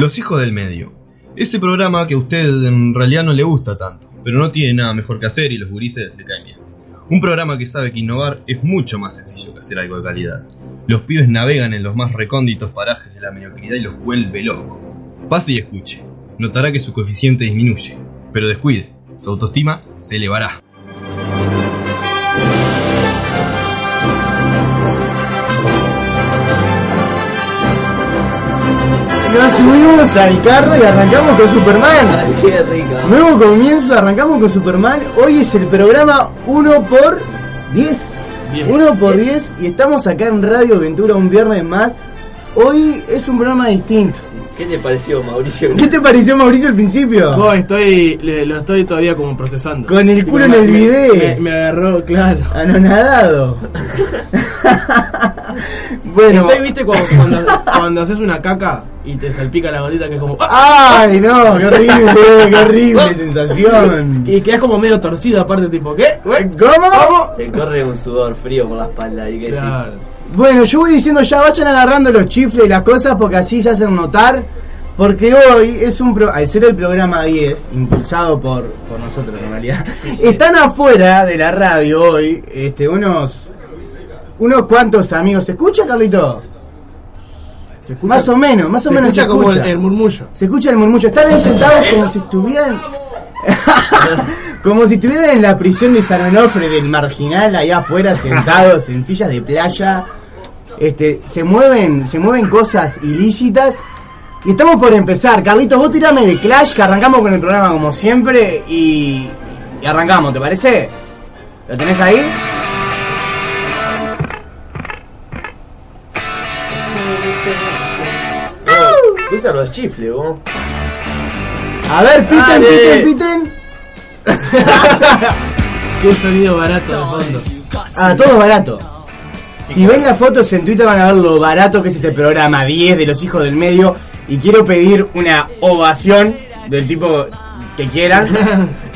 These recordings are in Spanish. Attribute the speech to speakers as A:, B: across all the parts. A: Los hijos del medio. Ese programa que a usted en realidad no le gusta tanto, pero no tiene nada mejor que hacer y los gurises le caen bien. Un programa que sabe que innovar es mucho más sencillo que hacer algo de calidad. Los pibes navegan en los más recónditos parajes de la mediocridad y los vuelve locos. Pase y escuche. Notará que su coeficiente disminuye, pero descuide, su autoestima se elevará.
B: Nos subimos al carro y arrancamos con Superman.
C: Qué rico.
B: Nuevo comienzo, arrancamos con Superman. Hoy es el programa 1 por 10. 1 por 10 y estamos acá en Radio Ventura un viernes más. Hoy es un programa distinto.
C: ¿Qué te pareció, Mauricio?
B: ¿Qué te pareció Mauricio al principio?
D: No, estoy, le- lo estoy todavía como procesando.
B: Con el
D: Tipo,
B: culo en
D: me-
B: el
D: me-
B: bidet.
D: Me, me agarró, claro.
B: Anonadado. bueno.
D: Estoy, viste, cuando, cuando, cuando haces una caca y te salpica la gotita que es como... ¡ah!
B: Ay, no, qué horrible, qué horrible sensación.
D: Y quedas como medio torcido aparte, tipo, ¿qué? ¿Ué?
B: ¿Cómo?
C: Te corre un sudor frío por la espalda y que decís,
D: Claro.
B: Bueno, yo voy diciendo ya, vayan agarrando los chifles y las cosas porque así se hacen notar. Porque hoy es un pro al ser el programa 10, impulsado por, por nosotros en realidad, están afuera de la radio hoy este, unos unos cuantos amigos. ¿Se escucha, Carlito?
D: Se escucha-
B: Más o menos, más o
D: se
B: menos
D: escucha
B: se
D: como
B: escucha.
D: el, el murmullo.
B: Se escucha el murmullo. Están ahí sentados como si estuvieran. como si estuvieran en la prisión de San Onofre del marginal, allá afuera, sentados en sillas de playa. Este, se mueven, se mueven cosas ilícitas. Y estamos por empezar. Carlitos, vos tirame de Clash, que arrancamos con el programa como siempre. Y, y arrancamos, ¿te parece? ¿Lo tenés ahí?
C: Usa los chifles, vos.
B: A ver, piten,
C: Dale.
B: piten, piten.
D: Qué sonido barato de fondo.
B: Ah, todo barato. Si ven las fotos en Twitter van a ver lo barato que es este programa 10 de los hijos del medio y quiero pedir una ovación del tipo que quieran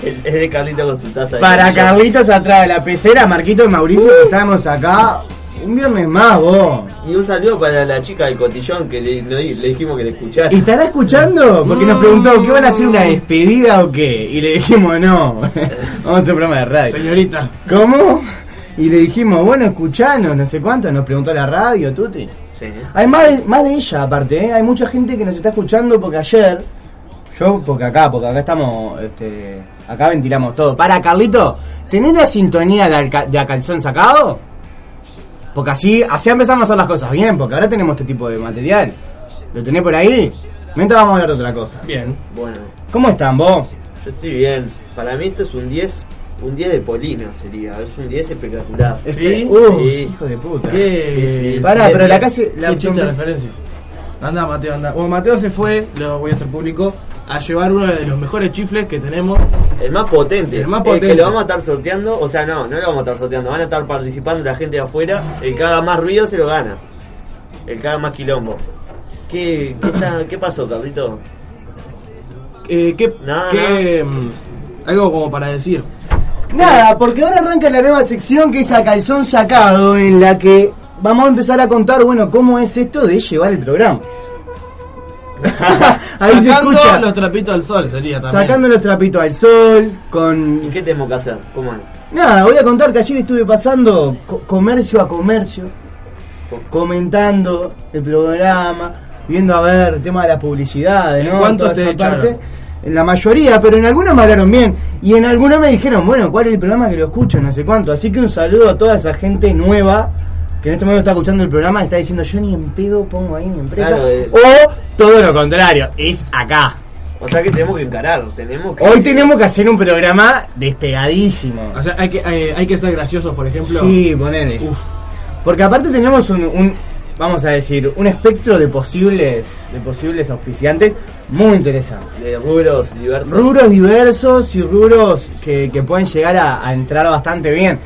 C: El- Es de Carlito con su taza. de
B: para
C: café.
B: Carlitos atrás de la pecera, Marquito y Mauricio que estamos acá un viernes más vos.
C: Y un saludo para la chica del cotillón que le, le- le dijimos que le escuchás.
B: ¿Estará escuchando? Porque nos preguntó ¿qué van a hacer una despedida o qué? Y le dijimos no, vamos a hacer un programa de radio.
D: Señorita.
B: ¿Cómo? Y le dijimos, bueno, escuchanos, no sé cuánto, nos preguntó la radio, Tuti.
C: Sí.
B: Hay más de, más de ella, aparte, ¿eh? hay mucha gente que nos está escuchando porque ayer, yo, porque acá, porque acá estamos, este, acá ventilamos todo. Para, Carlito, ¿tenés la sintonía de, alca- de a calzón sacado? Porque así, así empezamos a hacer las cosas bien, porque ahora tenemos este tipo de material. ¿Lo tenés por ahí? Mientras vamos a hablar de otra cosa.
D: Bien.
C: Bueno,
B: ¿Cómo están vos?
C: yo estoy bien. Para mí esto es un 10, un 10 de Polina sería. Es un 10 espectacular.
D: Sí.
B: Uh,
C: Sí.
B: hijo de puta.
D: Este, Qué...
C: Sí, sí.
B: Pará,
C: Sí,
B: pero
C: bien.
B: la casi... La
D: Qué chiste de referencia. Anda, Mateo, anda. Bueno, Mateo se fue, lo voy a hacer público, a llevar uno de los mejores chifles que tenemos.
C: El más potente.
D: El más
C: que
D: potente.
C: lo vamos a estar sorteando. O sea, no, no lo vamos a estar sorteando. Van a estar participando la gente de afuera. El que haga más ruido se lo gana. El que haga más quilombo. ¿Qué, qué, está- qué pasó, Carlito?
D: Eh, ¿Qué?
C: Nada,
D: qué, mm, algo como para decir.
B: Nada, porque ahora arranca la nueva sección que es a calzón sacado, en la que vamos a empezar a contar, bueno, cómo es esto de llevar el programa. Ahí se
D: Sacando
B: escucha.
D: los trapitos al sol sería también.
B: Sacando los trapitos al sol,
C: ¿Y
B: con...
C: qué tenemos que hacer? ¿Cómo es?
B: Nada, voy a contar que ayer estuve pasando co- comercio a comercio, co- comentando el programa, viendo a ver el tema de las publicidades,
D: ¿En
B: ¿no?
D: cuánto
B: Toda
D: te
B: esa
D: echaron?
B: En la mayoría, pero en algunos me hablaron bien. Y en algunos me dijeron, bueno, ¿cuál es el programa que lo escucho? No sé cuánto. Así que un saludo a toda esa gente nueva que en este momento está escuchando el programa y está diciendo, yo ni en pedo pongo ahí mi empresa.
C: Claro, eh.
B: O todo lo contrario, es acá.
C: O sea que tenemos que encarar. Tenemos que...
B: Hoy tenemos que hacer un programa despegadísimo.
D: O sea, hay que, eh, hay que ser graciosos, por ejemplo.
B: Sí, ponele.
D: Uf.
B: Porque aparte tenemos un, un- vamos a decir, un espectro de posibles, de posibles auspiciantes muy interesante.
C: De rubros diversos.
B: Rubros diversos y rubros que, que pueden llegar a, a entrar bastante bien.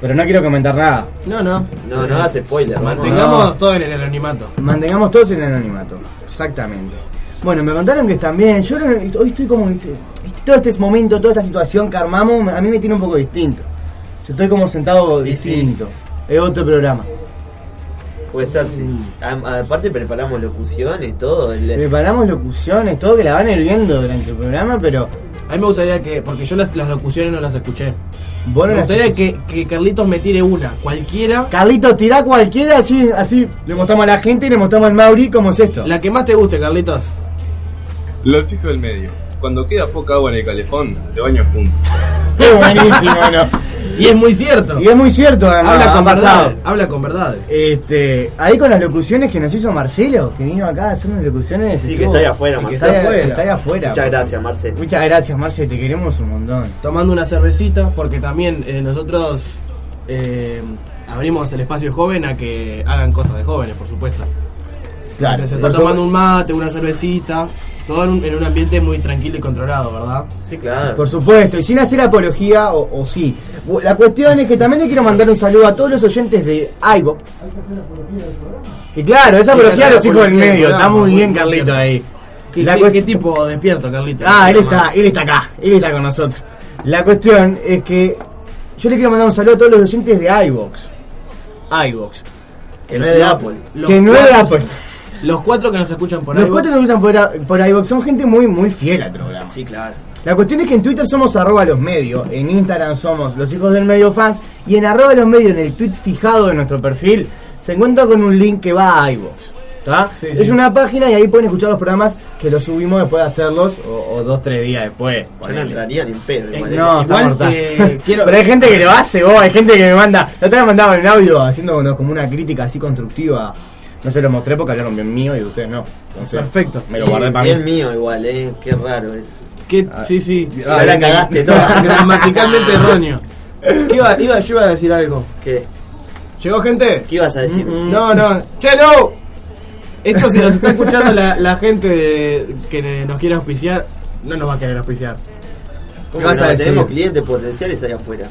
B: Pero no quiero comentar nada.
D: No, no.
C: No, no hagas spoiler, hermano.
D: Mantengamos todo en el anonimato.
B: Mantengamos todos en el anonimato. Exactamente. Bueno, me contaron que están bien. Yo no- hoy estoy como. este- Todo este momento, toda esta situación que armamos, a mí me tiene un poco distinto. Yo estoy como sentado
C: Sí, sí.
B: distinto. Es otro programa.
C: Puede ser, sí. A- Aparte preparamos locuciones, todo. el-
B: Preparamos locuciones, todo que la van hirviendo durante el programa, pero
D: A mí me gustaría que, porque yo las, las locuciones no las escuché.
B: vos no
D: Me
B: las-
D: gustaría que, que Carlitos me tire una, cualquiera.
B: Carlitos, tirá cualquiera así, así le mostramos a la gente y le mostramos al Mauri cómo es esto.
D: La que más te guste, Carlitos.
A: Los hijos del medio. Cuando queda poca agua en el calefón, se bañan juntos.
B: Es buenísimo, ¿no?
D: Y es muy cierto.
B: Y es muy cierto, además,
D: Habla
B: ha
D: con
B: pasado.
D: verdad. Habla con verdad.
B: Este, ahí con las locuciones que nos hizo Marcelo, que vino acá a hacer unas locuciones.
C: Sí,
B: estuvo-
C: que está ahí afuera,
B: que
C: Marcelo.
B: está ahí-
D: afuera.
B: que está ahí afuera.
C: Muchas gracias, Marce.
B: Muchas gracias, Marce, te queremos un montón.
D: Tomando una cervecita, porque también eh, nosotros eh, abrimos el espacio joven a que hagan cosas de jóvenes, por supuesto. Entonces, se está
B: por
D: tomando
B: supu-
D: un mate, una cervecita, todo en un, en un ambiente muy tranquilo y controlado, ¿verdad?
C: Sí, claro.
B: Por supuesto, y sin hacer apología, o, o sí. La cuestión es que también le quiero mandar un saludo a todos los oyentes de Aibo. Y claro, esa
D: Sí,
B: apología a
D: esa
B: los hijos
D: apología
B: del
D: del
B: medio. Está
D: programa,
B: muy
D: muy
B: bien,
D: bien.
B: Carlito, ahí.
D: ¿Qué,
B: La
D: qué-
B: cuest-
D: qué tipo despierto, Carlitos?
B: Ah, él está, él está acá, él está con nosotros. La cuestión es que yo le quiero mandar un saludo a todos los oyentes de iBox. iBox.
C: Que no es de Apple.
D: Los
B: que no es de
D: cuatro-
B: Apple.
D: Los cuatro que nos escuchan por ahí.
B: Los cuatro que gustan por, i- por iBox son gente muy, muy fiel al programa.
C: Sí, claro.
B: La cuestión es que en Twitter somos arroba los medios, en Instagram somos los hijos del medio fans y en arroba los medios, en el tweet fijado de nuestro perfil, se encuentra con un link que va a iVoox. ¿tá?
D: Sí,
B: es
D: sí.
B: una página y ahí pueden escuchar los programas que los subimos después de hacerlos o, o dos, tres días después.
C: Yo no
B: ponele.
C: entraría ni en pedo. igual.
B: No, está
D: Igual,
B: mortal.
D: eh, quiero-
B: Pero hay gente que lo hace, vos, oh, hay gente que me manda. La otra vez mandaba un audio haciendo bueno, como una crítica así constructiva. No se lo mostré porque hablaron bien mío y de ustedes no. Entonces,
D: Perfecto.
B: Me lo guardé para
C: Bien
B: mí.
C: mío igual, eh. Qué raro es.
D: Que, sí, sí.
B: Ah,
C: Ya la
B: bien,
C: cagaste
B: bien.
C: toda.
D: Gramaticalmente erróneo. ¿Qué iba, iba, yo iba a decir algo.
C: ¿Qué?
D: ¿Llegó gente?
C: ¿Qué ibas a decir?
D: Mm, No, no. ¡Che, no! Esto si nos está escuchando la, la gente de- que nos quiere auspiciar, no nos va a querer auspiciar.
C: ¿Cómo
D: ¿Qué vas
C: no?
D: a decir?
C: Tenemos clientes potenciales ahí afuera.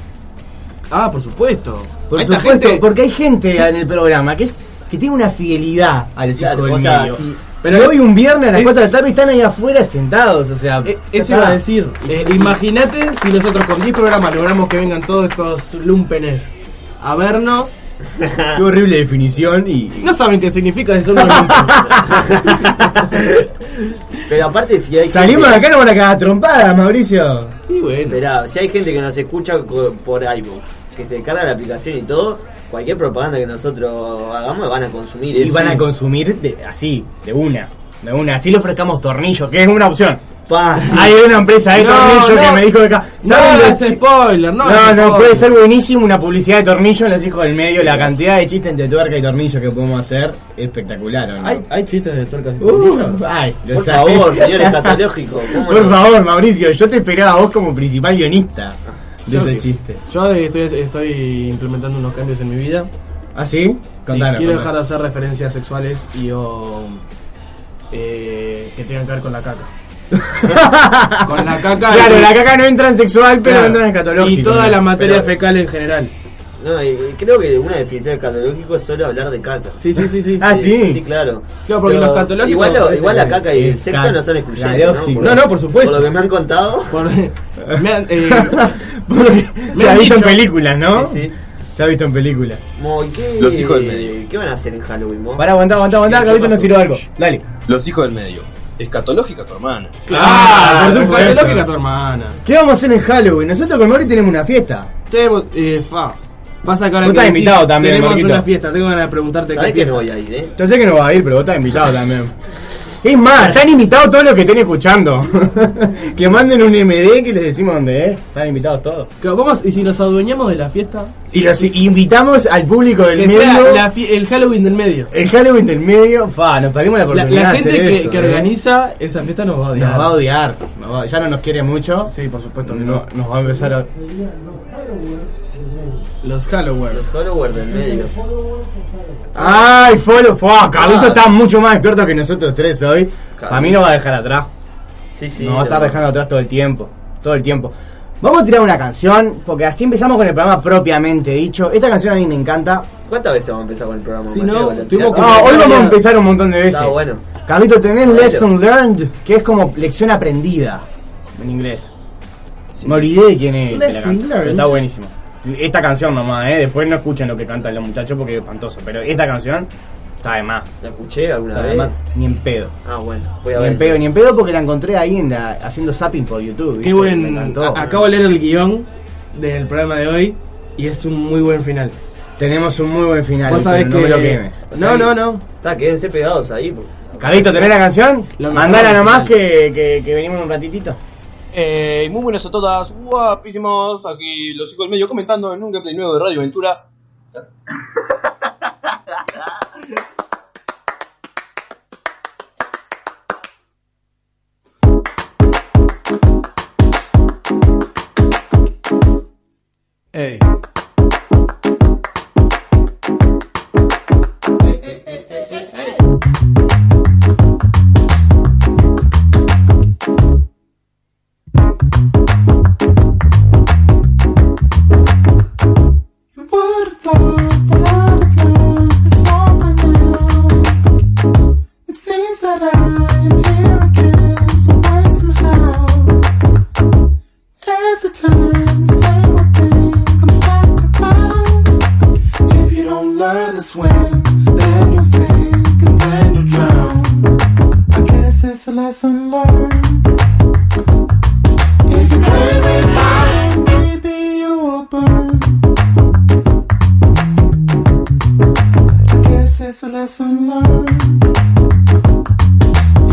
D: Ah, por supuesto.
B: Por
D: A esta
B: supuesto, porque hay gente en el programa que es que tiene una fidelidad al los
C: Claro,
B: hijos del
C: o sea,
B: medio.
C: sí.
B: Pero
D: Pero-
B: hoy un viernes a las
D: Eh,
B: 4 de la tarde están ahí afuera sentados, o sea...
D: Eh,
B: ya
D: Eso
B: está.
D: iba a decir. Eh, Imagínate si nosotros con 10 programas logramos que vengan todos estos lumpenes a vernos.
B: Qué horrible definición y...
D: No saben qué significa el solo lumpen.
C: Pero aparte, si hay.
B: Salimos de
C: gente-
B: acá no van a cagar trompadas, Mauricio.
D: Y bueno.
C: Esperá, si hay gente que nos escucha co- por iBooks, que se descarga la aplicación y todo, cualquier propaganda que nosotros hagamos van a consumir
B: Y
C: eso.
B: van a consumir de- así, de una. De una, así le ofrezcamos tornillos, que es una opción.
C: Pa, sí.
B: Hay una empresa de
D: No,
B: tornillos
D: no.
B: que me dijo que acá.
D: No
B: ¿Saben lo
D: hagas
B: chi-
D: spoiler, no.
B: No,
D: hagas
B: no,
D: spoiler.
B: puede ser buenísimo una publicidad de tornillos en los hijos del medio. La cantidad de chistes entre tuerca y tornillos que podemos hacer es espectacular, ¿o no?
D: ¿Hay, hay chistes de tuercas y
B: Uh,
D: tornillos?
B: ay, lo
C: Por
B: saqué.
C: favor, señores catalógicos.
B: Por favor, Mauricio, yo te esperaba a vos como principal guionista de
D: Ah, Yo-
B: ese chiste.
D: Yo estoy, estoy implementando unos cambios en mi vida.
B: ¿Ah, sí?
D: Sí,
B: Contanos.
D: quiero dejar de
B: contanos.
D: hacer referencias sexuales y o eh, que tengan que ver con la caca. con la caca.
B: Claro,
D: y-
B: la caca no entra en sexual, pero
D: claro,
B: entra en escatológico.
D: Y toda
B: ¿no?
D: la materia
C: Pero-
D: fecal en general.
C: No, eh, creo que una definición de catalógico es solo hablar de caca.
D: Sí, sí, sí, sí.
B: Ah, sí.
C: Sí, claro.
D: Claro, porque los catológicos
C: Igual, lo-
D: parece
C: igual la
D: que-
C: caca y
B: que
C: el
B: es
C: sexo
B: cal-
C: no son excluyentes. ¿no?
B: calógico.
C: Por-
D: No, no, por supuesto.
C: Por lo que me han contado.
D: Por- me han- eh,
B: Porque
D: Me
B: se ha
D: han
B: visto
D: dicho.
B: en películas, ¿no?
C: Sí, sí.
B: Se ha visto en películas.
C: Mo, ¿y ¿qué,
A: Los hijos del medio.
C: ¿Qué van a hacer en Halloween, mo?
B: Pará, aguantá, aguantá, aguantá,
A: ¿Qué
B: Carlito nos
A: pasó?
B: tiró algo. Dale.
A: Los hijos del medio. Escatológica tu hermana.
B: Ah, por supuesto.
D: Catológica tu hermana.
B: ¿Qué vamos a hacer en Halloween? Nosotros con Mauri tenemos una fiesta.
D: Tenemos, eh, fa. Pasa que ahora
B: Vos
D: que
B: estás
D: decís,
B: invitado también,
D: tenemos
B: Marquito.
D: una fiesta, tengo ganas de preguntarte qué
C: Sabés que
D: fiesta.
C: no voy a ir, eh.
B: Yo sé que no va a ir, pero vos estás invitado también. Es más, están invitados todos los que estén escuchando. que manden un MD que les decimos dónde es. Están invitados todos.
D: Que vamos- y si nos adueñamos de la fiesta,
B: Y los invitamos al público del
D: que sea
B: medio.
D: la fi- el Halloween del medio.
B: El Halloween del medio. Fa, nos perdimos la
D: La,
B: oportunidad.
D: la
B: de
D: gente
B: hacer
D: que,
B: eso,
D: que
B: ¿eh?
D: organiza esa fiesta nos va a odiar.
B: Nos va a odiar. Nos va- ya no nos quiere mucho.
D: Sí, por supuesto que
B: No, nos va a empezar a.
D: Los Hallowers.
C: Los followers del medio.
B: Ay, follow. Fua, Carlito
C: Ah.
B: está mucho más despierto que nosotros tres hoy.
C: Carlito.
B: A mí no va a dejar atrás.
C: Sí, sí.
B: no va a estar
C: pero-
B: dejando atrás todo el tiempo. Todo el tiempo. Vamos a tirar una canción, porque así empezamos con el programa propiamente dicho. Esta canción a mí me encanta.
C: ¿Cuántas veces vamos a empezar con el programa?
D: Si
C: Mateo?
D: no,
C: ¿La tirás
D: tuvimos
C: toda?
D: que-
B: Ah, hoy vamos a
D: María.
B: empezar un montón de veces.
C: Está bueno.
B: Carlito, tenés
C: Carlito.
B: Lesson Learned, que es como lección aprendida en inglés. Me olvidé de quién es. el que la
D: Lesson
B: canta, pero
D: learned.
B: Está buenísimo. Esta canción nomás, ¿eh? Después no escuchen lo que cantan los muchachos porque es espantoso. Pero esta canción está de más.
C: ¿La escuché alguna
B: Está de
C: vez?
B: más. Ni en pedo.
C: Ah, bueno. Voy a
B: Ni
C: ver.
B: en pedo, ni en pedo porque la encontré ahí en la- haciendo zapping por YouTube.
D: Qué
B: ¿viste? Me
D: buen.
B: encantó.
D: a- acabo de leer el guión del programa de hoy y es un muy buen final.
B: Tenemos un muy buen final.
D: Vos sabés
B: no
D: que.
B: me lo quemes.
C: O sea,
D: no, no, no.
C: Está, quédense pegados ahí. po.
B: Carlito, ¿tenés la canción?
D: Lo mejor
B: Mandala
D: del
B: nomás
D: final.
B: que, que, que venimos un ratitito.
A: Eh, muy buenas a todas, guapísimos. Aquí los chicos del medio comentando en un gameplay nuevo de Radio Ventura.
E: Lesson learned. If you play with fire, baby, you will burn. guess it's a lesson learned.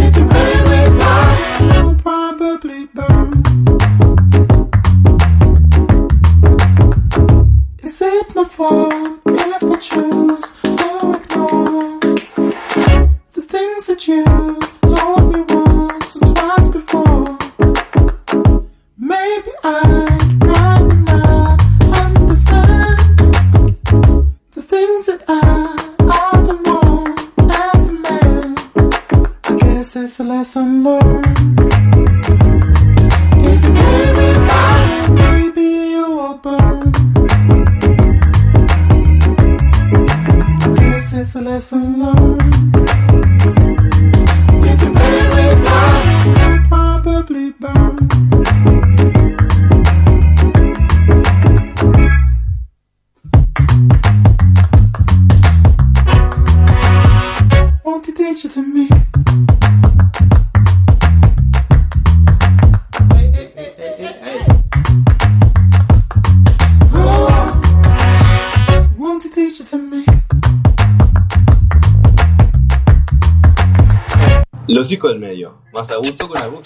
E: If you play with fire, you'll probably burn. Is it my fault if I choose to ignore the things that you told me once or twice before? Maybe I'd rather not understand the things that I often want as a man. I guess it's a lesson learned. If you play with fire, maybe you will burn. I guess it's a lesson learned. If you play with fire, you'll probably burn. Won't you teach it to me? Oh, won't you teach it to me?
A: Los hijos del medio, más a gusto con algún.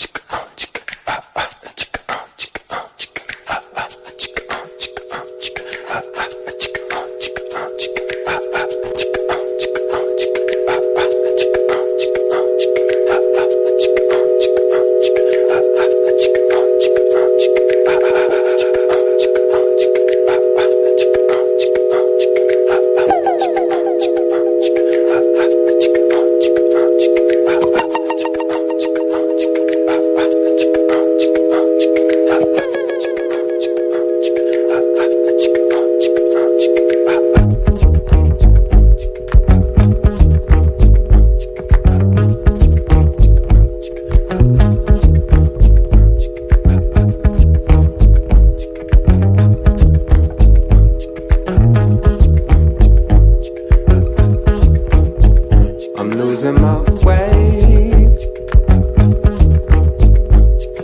E: I'm losing my way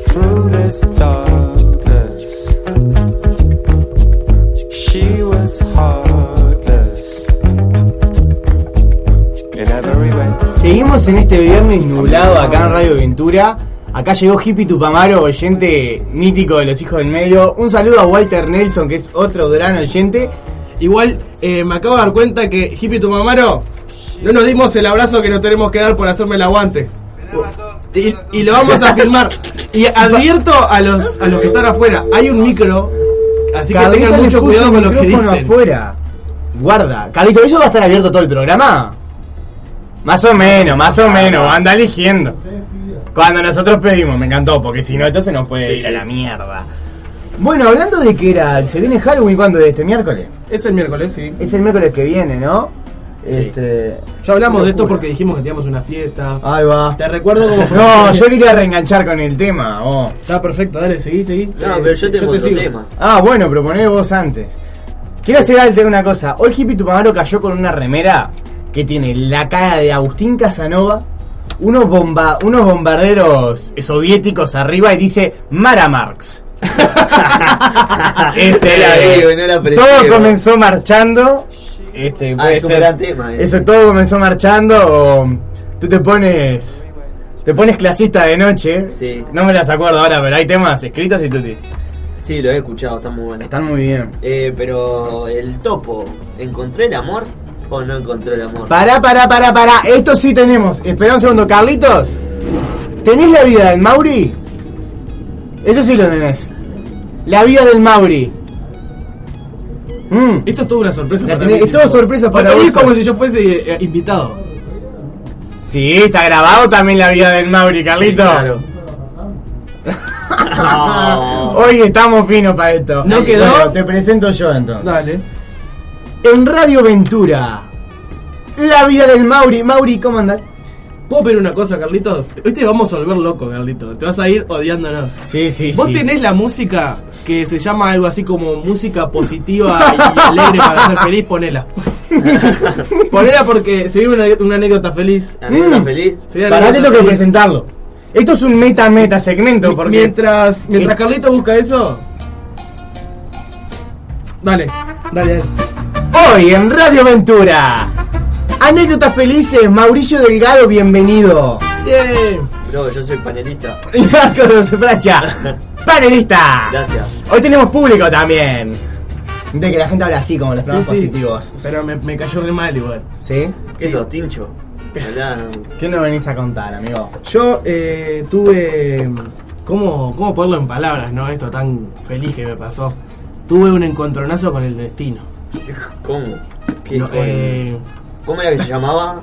E: through this darkness. She was heartless in every way.
B: Seguimos en este viernes nublado acá en Radio Ventura. Acá llegó Hippie Tupamaro, oyente mítico de los hijos del medio. Un saludo a Walter Nelson, que es otro gran oyente.
D: Igual eh, me acabo de dar cuenta que, Hippie tu mamaro, no nos dimos el abrazo que nos tenemos que dar por hacerme el aguante. Y, y lo vamos a filmar. Y advierto a los, a los que están afuera, hay un micro Así que
B: Carlito
D: tengan
B: le
D: mucho
B: puso
D: cuidado
B: el
D: con lo que
B: micrófono
D: dicen.
B: afuera. Guarda, Carlito, ¿eso va a estar abierto todo el programa? Más o menos, más o menos, anda eligiendo. Cuando nosotros pedimos, me encantó, porque si no, entonces nos puede
C: Sí,
B: ir a
C: sí.
B: la mierda. Bueno, hablando de que era, se viene Halloween cuando este miércoles.
D: Es el miércoles, sí.
B: Es el miércoles que viene, ¿no?
C: Sí.
B: Este,
D: Ya hablamos de esto
B: locura.
D: porque dijimos que teníamos una fiesta.
B: Ahí va.
D: Te recuerdo cómo fue.
B: Ah. No, yo quería reenganchar con el tema. oh.
D: Está perfecto, dale, seguí, seguí.
C: No,
D: Eh,
C: pero yo tengo otro
D: sigo.
C: tema.
B: Ah, bueno, proponé vos antes. Quiero hacer alter una cosa. Hoy Hippie Tupamaro cayó con una remera que tiene la cara de Agustín Casanova, unos, bomba, unos bombarderos soviéticos arriba y dice Mara Marx. Este,
C: No la veo, no la percibo.
B: todo comenzó marchando. Este,
C: Ah,
B: puede
C: es un
B: ser.
C: gran tema, eh.
B: Eso todo comenzó marchando. o tú te pones. Te pones clasista de noche.
C: Sí.
B: No me las acuerdo ahora, pero hay temas escritos y tú te-
C: Sí, lo he escuchado, está muy bueno.
B: Están muy bien.
C: Eh, pero el topo, ¿encontré el amor o no encontré el amor?
B: Pará, pará, pará, pará. Esto sí tenemos. Espera un segundo, Carlitos. ¿Tenés la vida del Mauri? Eso sí lo tenés. La vida del Mauri. Mm.
D: Esto es toda una sorpresa
B: La
D: para
B: tenés-
D: mí.
B: es todo sorpresa para
D: Para mí
B: vos.
D: es como si yo fuese eh, invitado.
B: Sí, está grabado también la vida del Mauri, Carlitos.
C: Claro.
B: Hoy estamos finos para esto.
D: ¿No quedó?
B: Bueno, te presento yo entonces.
D: Dale.
B: En Radio Ventura. La vida del Mauri. Mauri, ¿cómo andás?
D: ¿Puedo pedir una cosa, Carlitos? Hoy te vamos a volver loco, Carlitos. Te vas a ir odiándonos.
B: Sí, sí,
D: Vos tenés la música que se llama algo así como música positiva y alegre para ser feliz, ponela. ponela porque se vive una, una anécdota feliz.
C: ¿Anécdota
B: Mm.
C: feliz?
D: Se vive una
B: Pará, te
D: anécdota
B: tengo que
D: feliz.
B: presentarlo. Esto es un meta-meta segmento. Porque...
D: Mientras, mientras
B: Eh.
D: Carlito busca eso. Dale, dale, dale.
B: Hoy en Radio Ventura. Anécdotas felices, Mauricio Delgado, bienvenido.
D: Bien.
C: Bro, yo soy panelista.
B: Y Marco de Sufracha, panelista.
C: Gracias.
B: Hoy tenemos público también. De que la gente habla así como los
D: Sí,
B: programas
D: sí.
B: positivos.
D: Pero me, me cayó re mal igual.
B: ¿Sí?
C: ¿Qué sos, Tincho? Hola.
B: ¿Qué nos venís a contar, amigo?
D: Yo eh, tuve. ¿cómo, ¿Cómo ponerlo en palabras, no? Esto tan feliz que me pasó. Tuve un encontronazo con el destino.
C: ¿Cómo? ¿Qué,
D: No,
C: con-
D: eh,
C: ¿Cómo era que se llamaba?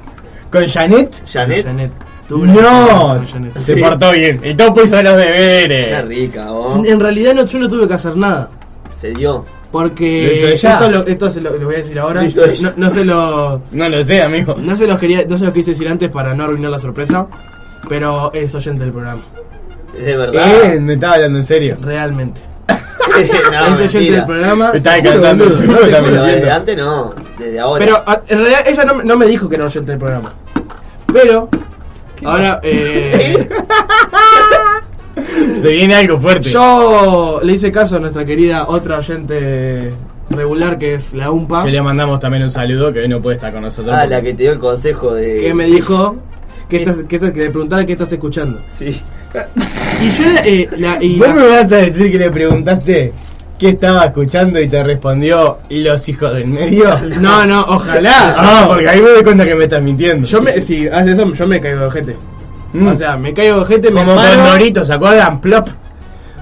B: ¿Con Janet?
C: ¿Janet?
D: Janet. Tuve un encontronazo
B: ¡No!
D: con Janet.
B: Se portó bien. El topo hizo los
C: Qué
B: deberes.
C: rica, vos.
D: En realidad no, yo no tuve que hacer nada.
C: Se dio.
D: Porque
B: Lo hizo ella.
D: esto, lo, esto se lo, lo voy a decir ahora.
C: Lo hizo ella.
D: No, no se lo
B: No lo sé, amigo.
D: no se los quería no se los quise decir antes para no arruinar la sorpresa, pero es oyente del programa,
C: De verdad.
B: Eh, me estaba hablando en serio.
D: realmente.
C: No,
D: es oyente
C: mentira.
D: del programa.
B: Me estaba
D: Te juro,
B: cansando el
D: boludo,
B: culo
D: no te
B: también.
D: juro.
C: Pero desde antes no, desde ahora.
D: Pero a- en realidad ella no, me- no me dijo que era oyente del programa. Pero ahora eh,
B: Se viene algo fuerte.
D: yo le hice caso a nuestra querida otra oyente regular que es la UMPA.
B: Que le mandamos también un saludo que hoy no puede estar con nosotros.
C: ah,
B: porque-
C: la que te dio el consejo de.
D: que me
C: Sí.
D: dijo que, estás, que, estás- que le preguntara qué estás escuchando.
C: Sí.
D: Y yo eh, la, y
B: ¿Vos
D: la-
B: me vas a decir que le preguntaste qué estaba escuchando y te respondió los hijos del medio?
D: No, no, ojalá.
B: Ah, porque ahí me doy cuenta que me estás mintiendo.
D: Yo me, si haces eso, yo me caigo de ojete.
B: Mm.
D: O sea, me caigo de ojete, me
B: Como
D: embalo.
B: Condorito, ¿se acuerdan? Plop.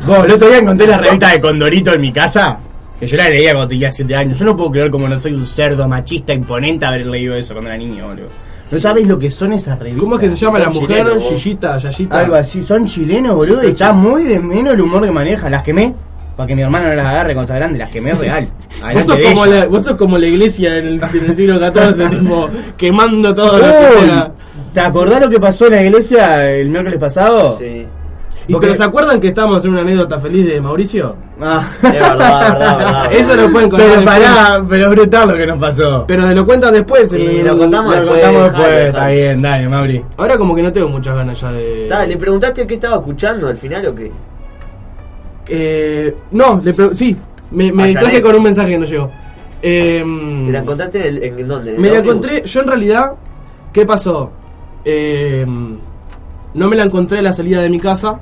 B: Vos, el otro día encontré la revista de Condorito en mi casa. Que yo la leía cuando tenía 7 años. Yo no puedo creer como no soy un cerdo machista imponente haber leído eso cuando era niño, boludo. ¿No sabéis lo que son esas revistas?
D: ¿Cómo es que se llama la
C: Son
D: mujer?
C: chilenos, vos.
D: Yillita, Yayita.
B: Algo así, son chilenos, boludo. y está muy de menos el humor que maneja. Las quemé. Para que mi hermano no las agarre cuando sea grande. Las quemé real.
D: Vos sos,
B: Adelante de
D: como
B: ella.
D: la, vos sos como la iglesia en el, en el siglo XIV, tipo, quemando todo lo que
B: Uy,
D: sea.
B: ¿Te acordás lo que pasó en la iglesia el miércoles pasado?
C: Sí.
D: ¿Y
B: Porque-
D: pero se acuerdan que estábamos en una anécdota feliz de Mauricio?
B: Ah.
C: Es verdad, verdad, verdad.
D: Eso lo pueden contar.
B: Pero
D: después.
B: pará, pero es brutal lo que nos pasó.
D: Pero lo cuentan después.
C: Sí,
D: en-
C: lo contamos
B: lo
C: después.
B: contamos después,
C: dejalo,
B: está
C: dejalo.
B: bien, dale, Mauri.
D: Ahora como que no tengo muchas ganas ya de...
C: Ta, ¿Le preguntaste qué estaba escuchando al final o qué?
D: Eh, no, le pre- sí, me, me
C: Ah, ya
D: distraje
C: leí.
D: con un mensaje que no llegó. Em,
C: ¿Te la encontraste en, en dónde? ¿En
D: Me
C: el
D: la
C: ómnibus?
D: encontré, yo en realidad, ¿qué pasó? Eh, no me la encontré en la salida de mi casa,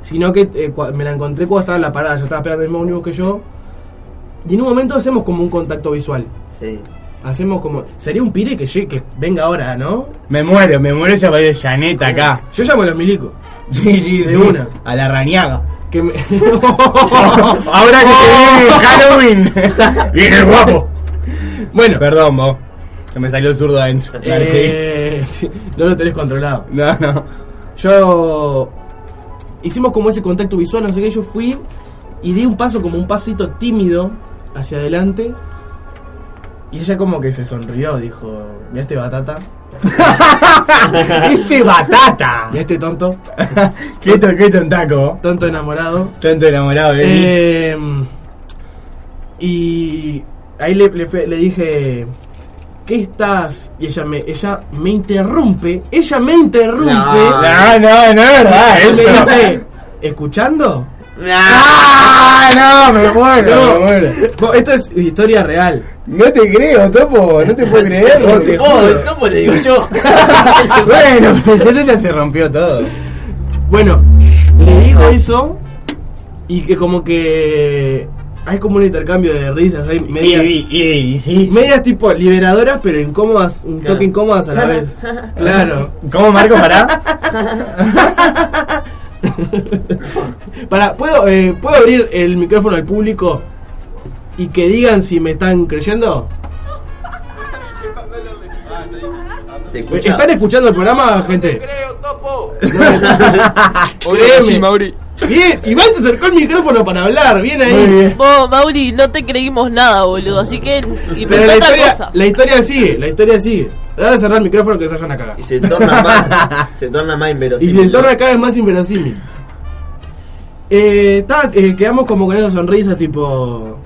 D: sino que eh, cua- me la encontré cuando estaba en la parada, ya estaba esperando el mismo ómnibus que yo. Y en un momento hacemos como un contacto visual.
C: Sí.
D: Hacemos como. Sería un pire que, llegue- que venga ahora, ¿no?
B: Me muero, me muero esa pared de Janet acá.
D: Yo llamo a los milicos.
B: Sí, sí,
D: De
B: sí.
D: una.
B: A la rañaga.
D: que me...
B: Ahora que se viene Halloween. Viene guapo.
D: bueno,
B: Perdón, vos. Se me salió el zurdo adentro.
D: eh, sí, no lo tenés controlado.
B: No, no.
D: Yo hicimos como ese contacto visual, no sé qué, yo fui y di un paso como un pasito tímido hacia adelante y ella como que se sonrió, dijo, mira este batata,
B: este batata.
D: mira este tonto,
B: Qué, to- qué tontaco.
D: tonto enamorado.
B: Tanto enamorado de mí.
D: Eh, y ahí le, le fe- le dije, ¿qué estás? Y ella me, ella me interrumpe, ella me interrumpe.
C: Ah, No.
B: No, no, no es verdad.
D: Y me
B: esto.
D: dice, ¿escuchando?
B: Ah, no, me muero,
D: No.
B: me muero.
D: Vos, Esto es historia real.
B: No te creo, Topo, no te puedo creer. no te
C: Oh,
B: juro.
C: el topo le digo yo.
B: bueno, pero ya se rompió todo.
D: Bueno, le digo eso y que como que hay como un intercambio de risas ahí, medias,
B: sí.
D: medias tipo liberadoras pero incómodas, un
C: Claro.
D: toque incómodas a la vez. Claro.
B: ¿Cómo Marco para?
D: Para, ¿puedo, eh, ¿puedo abrir el micrófono al público y que digan si me están creyendo?
C: Se
D: ¿Me-
C: escucha.
D: ¿Están escuchando el programa, gente?
F: Creo, topo.
D: Créeme. Bien, Iván se acercó el micrófono para hablar, bien ahí.
G: Vos, Oh, Mauri, no te creímos nada, boludo. Así que
D: Pero
G: inventó
D: la
G: otra
D: historia,
G: cosa.
D: la historia sigue, la historia sigue. Ahora cerrar el micrófono que se vayan a cagar.
C: Y se torna más. Se torna más
D: Y
C: inverosímil.
D: se torna cada vez más inverosímil. Eh, ta, eh, quedamos como con esa sonrisa, tipo.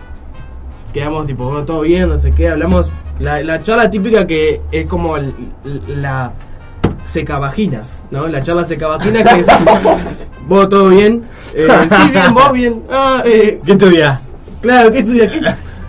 D: Quedamos tipo, bueno, todo bien, no sé qué. Hablamos. La, la charla típica que es como el- la secavaginas, ¿no? La charla secavaginas que es. ¿Vos todo bien? Eh, sí, bien, vos bien. Ah, eh,
B: ¿Qué estudias?
D: claro, ¿qué estudias?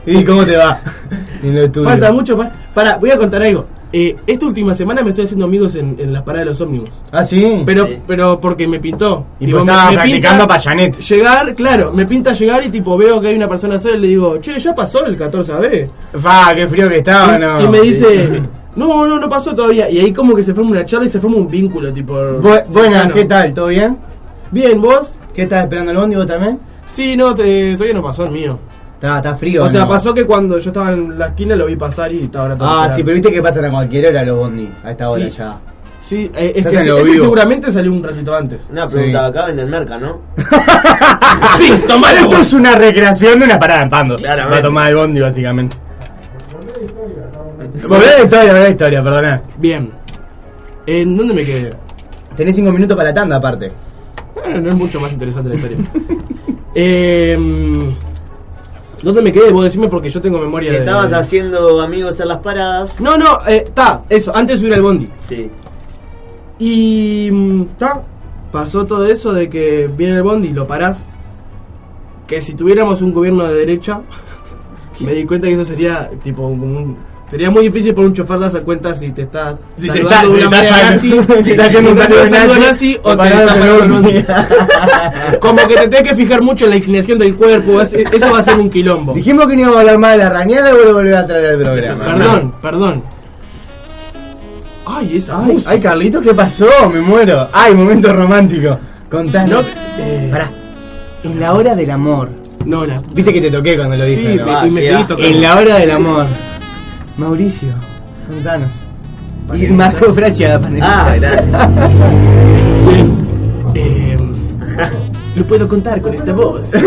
D: ¿Qué-
B: ¿Y cómo te va? Y no estudio.
D: Falta mucho más. Para, voy a contar algo. Eh, esta última semana me estoy haciendo amigos en, en las paradas de los ómnibus.
B: Ah, sí.
D: Pero,
C: Sí.
D: pero porque me pintó.
B: y
D: Tipo,
B: pues
D: me-
B: estaba
D: me
B: practicando
D: pinta
B: para Janet.
D: Llegar, claro, me pinta llegar y tipo veo que hay una persona sola y le digo, che, ya pasó el 14 AB.
B: Fa, qué frío que estaba,
D: y,
B: Ah, no.
D: y me dice, no, no, no pasó todavía. Y ahí como que se forma una charla y se forma un vínculo, tipo.
B: Bu- buenas,
D: cercano.
B: ¿qué tal? ¿Todo bien?
D: Bien, vos.
B: ¿Qué estás esperando el bondi vos también?
D: Sí, no, te- todavía no pasó el mío.
B: Está, está frío.
D: O sea,
B: ¿no?
D: pasó que cuando yo estaba en la esquina lo vi pasar y estaba ahora todo
B: Ah,
D: esperando.
B: sí, pero viste que pasan a cualquier hora los bondi. A esta hora
D: Sí.
B: ya.
D: Sí, eh, es
B: Ya
D: que
B: se lo
D: ese- ese
B: vivo.
D: seguramente salió un ratito antes.
C: Una pregunta,
B: Sí.
C: acá venden merca, ¿no?
B: Ah, sí, tomar esto es una recreación de una parada en pando.
C: Claramente.
B: Va a tomar el bondi, básicamente. Volvé de historia, volvé de historia, perdona.
D: Bien. Eh, ¿En dónde me quedé?
B: Tenés cinco minutos para la tanda, aparte.
D: Bueno, no es mucho más interesante la historia. Em, ¿Dónde me quedé? Vos decime porque yo tengo memoria
C: Que
D: de...
C: estabas haciendo amigos en las paradas.
D: No, no, está, eso, antes de subir al bondi.
C: Sí.
D: Y... está, pasó todo eso de que viene el bondi y lo parás. Que si tuviéramos un gobierno de derecha, me di cuenta que eso sería tipo un- como un- Sería muy difícil por un chofer darse cuenta si te estás
B: Si te
D: saludando
B: estás-
D: de
B: si
D: una
B: te
D: manera
B: estás-
D: nazi,
B: si estás haciendo un saludo
D: saludo
B: nazi,
D: nazi o te
B: parás
D: estás
B: en el
D: parando en un
B: bondi.
D: Como que te tenés que fijar mucho en la inclinación del cuerpo, es- eso va a ser un quilombo.
B: Dijimos que no íbamos a hablar más de la rañada y vos lo volvés a traer al programa.
D: Perdón, perdón. Ay, esa
B: Ay,
D: música.
B: ay, Carlitos, ¿qué pasó? Me muero. Ay, momento romántico.
D: No,
B: Contanos.
D: eh,
B: Pará. En la hora del amor.
D: no, la-
B: Viste que te toqué cuando lo dije.
D: Sí,
B: ¿no?
D: me- y me
C: Ah,
D: seguí
C: qué
D: tocando.
B: En la hora del amor. Mauricio, contanos. Y Marco Fracha,
C: Ah, gracias.
D: Bien. Eh, lo puedo contar con esta voz. Ah.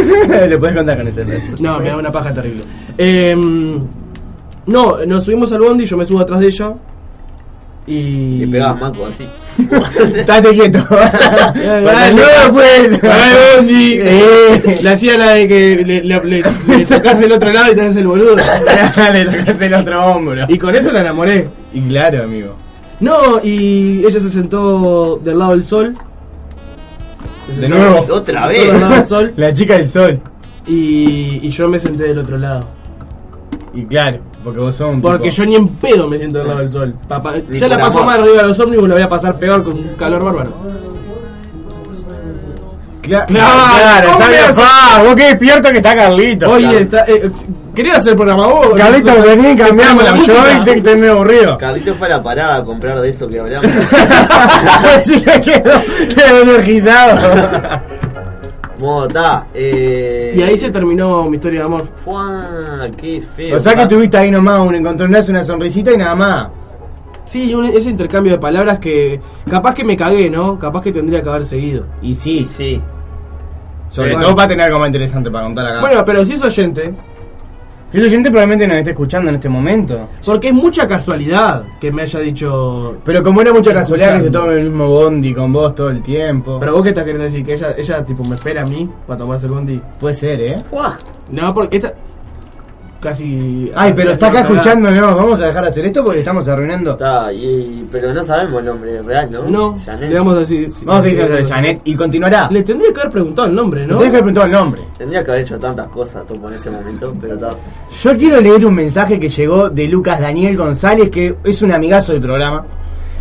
B: Lo podés contar con ese
D: No, me da una paja terrible. Eh, no, nos subimos al bondi, yo me subo atrás de ella. Y.
C: Le pegabas maco así.
B: Estate quieto. Para el nuevo fue él.
D: Eh, Pará el bondi.
B: Eh.
D: La hacía la de que le, le, le- le tocás el otro lado y te haces el boludo.
B: Le tocas el otro hombro.
D: Y con eso la enamoré.
B: Y claro, amigo.
D: No, y ella se sentó del lado del sol.
B: De nuevo.
C: Otra
D: Se
C: vez.
D: sentó del lado del sol.
B: La chica del sol.
D: Y, y yo me senté del otro lado.
B: Y claro, porque vos sos un
D: Porque
B: tipo-
D: yo ni en pedo me siento del lado del sol. Papá,
C: Ni
D: ya la
C: por
D: paso
C: amor.
D: más arriba de los ómnibus, la voy a pasar peor con un calor bárbaro.
B: Cla-
D: Claro,
B: claro,
D: ¿cómo me
B: sabes.
D: haces?
B: Fa, vos qué despierto que está Carlito.
D: Hoy está. eh, ¿Querés hacer programa vos?
B: Carlito, vení, cambiamos
D: la
B: la
D: música.
B: Yo te estoy medio aburrido.
C: Carlito fue a la parada a comprar de eso que hablamos.
B: Sí, quedó, quedó energizado.
C: Mota, eh.
D: Y ahí se terminó mi historia de amor.
C: Fuá, qué feo.
B: O sea que
C: pa.
B: tuviste ahí nomás un encontronazo, una sonrisita y nada más.
D: Sí, un- ese intercambio de palabras que capaz que me cagué, ¿no? Capaz que tendría que haber seguido.
B: Y
C: Y
B: sí,
C: sí.
B: sobre
D: Pero
B: todo
D: bueno.
B: para tener algo más interesante para contar acá.
D: Bueno, pero si es oyente,
B: si esa gente probablemente nos esté escuchando en este momento.
D: porque es mucha casualidad que me haya dicho...
B: Pero como era mucha casualidad que se
D: Escuchando.
B: tome el mismo bondi con vos todo el tiempo.
D: Pero vos qué estás queriendo decir, que ella, ella tipo me espera a mí para tomarse el bondi.
B: puede ser, ¿eh?
G: Fuá.
D: No, porque esta... Casi...
B: Ay, pero está acá
D: casi me cagaba.
B: escuchándonos. Vamos a dejar de hacer esto porque estamos arruinando.
C: Está, y, pero no sabemos el nombre real, ¿no?
D: No,
C: Janet.
D: le vamos a decir... sí,
B: Vamos a
D: sí,
B: decir
D: sí,
B: Janet y continuará.
D: Ah. Le tendría que haber preguntado el nombre, ¿no?
B: No te dejo de preguntar el nombre.
C: Tendría que haber hecho tantas cosas, Topo, en ese momento, pero está.
B: Yo quiero leer un mensaje que llegó de Lucas Daniel González, que es un amigazo del programa.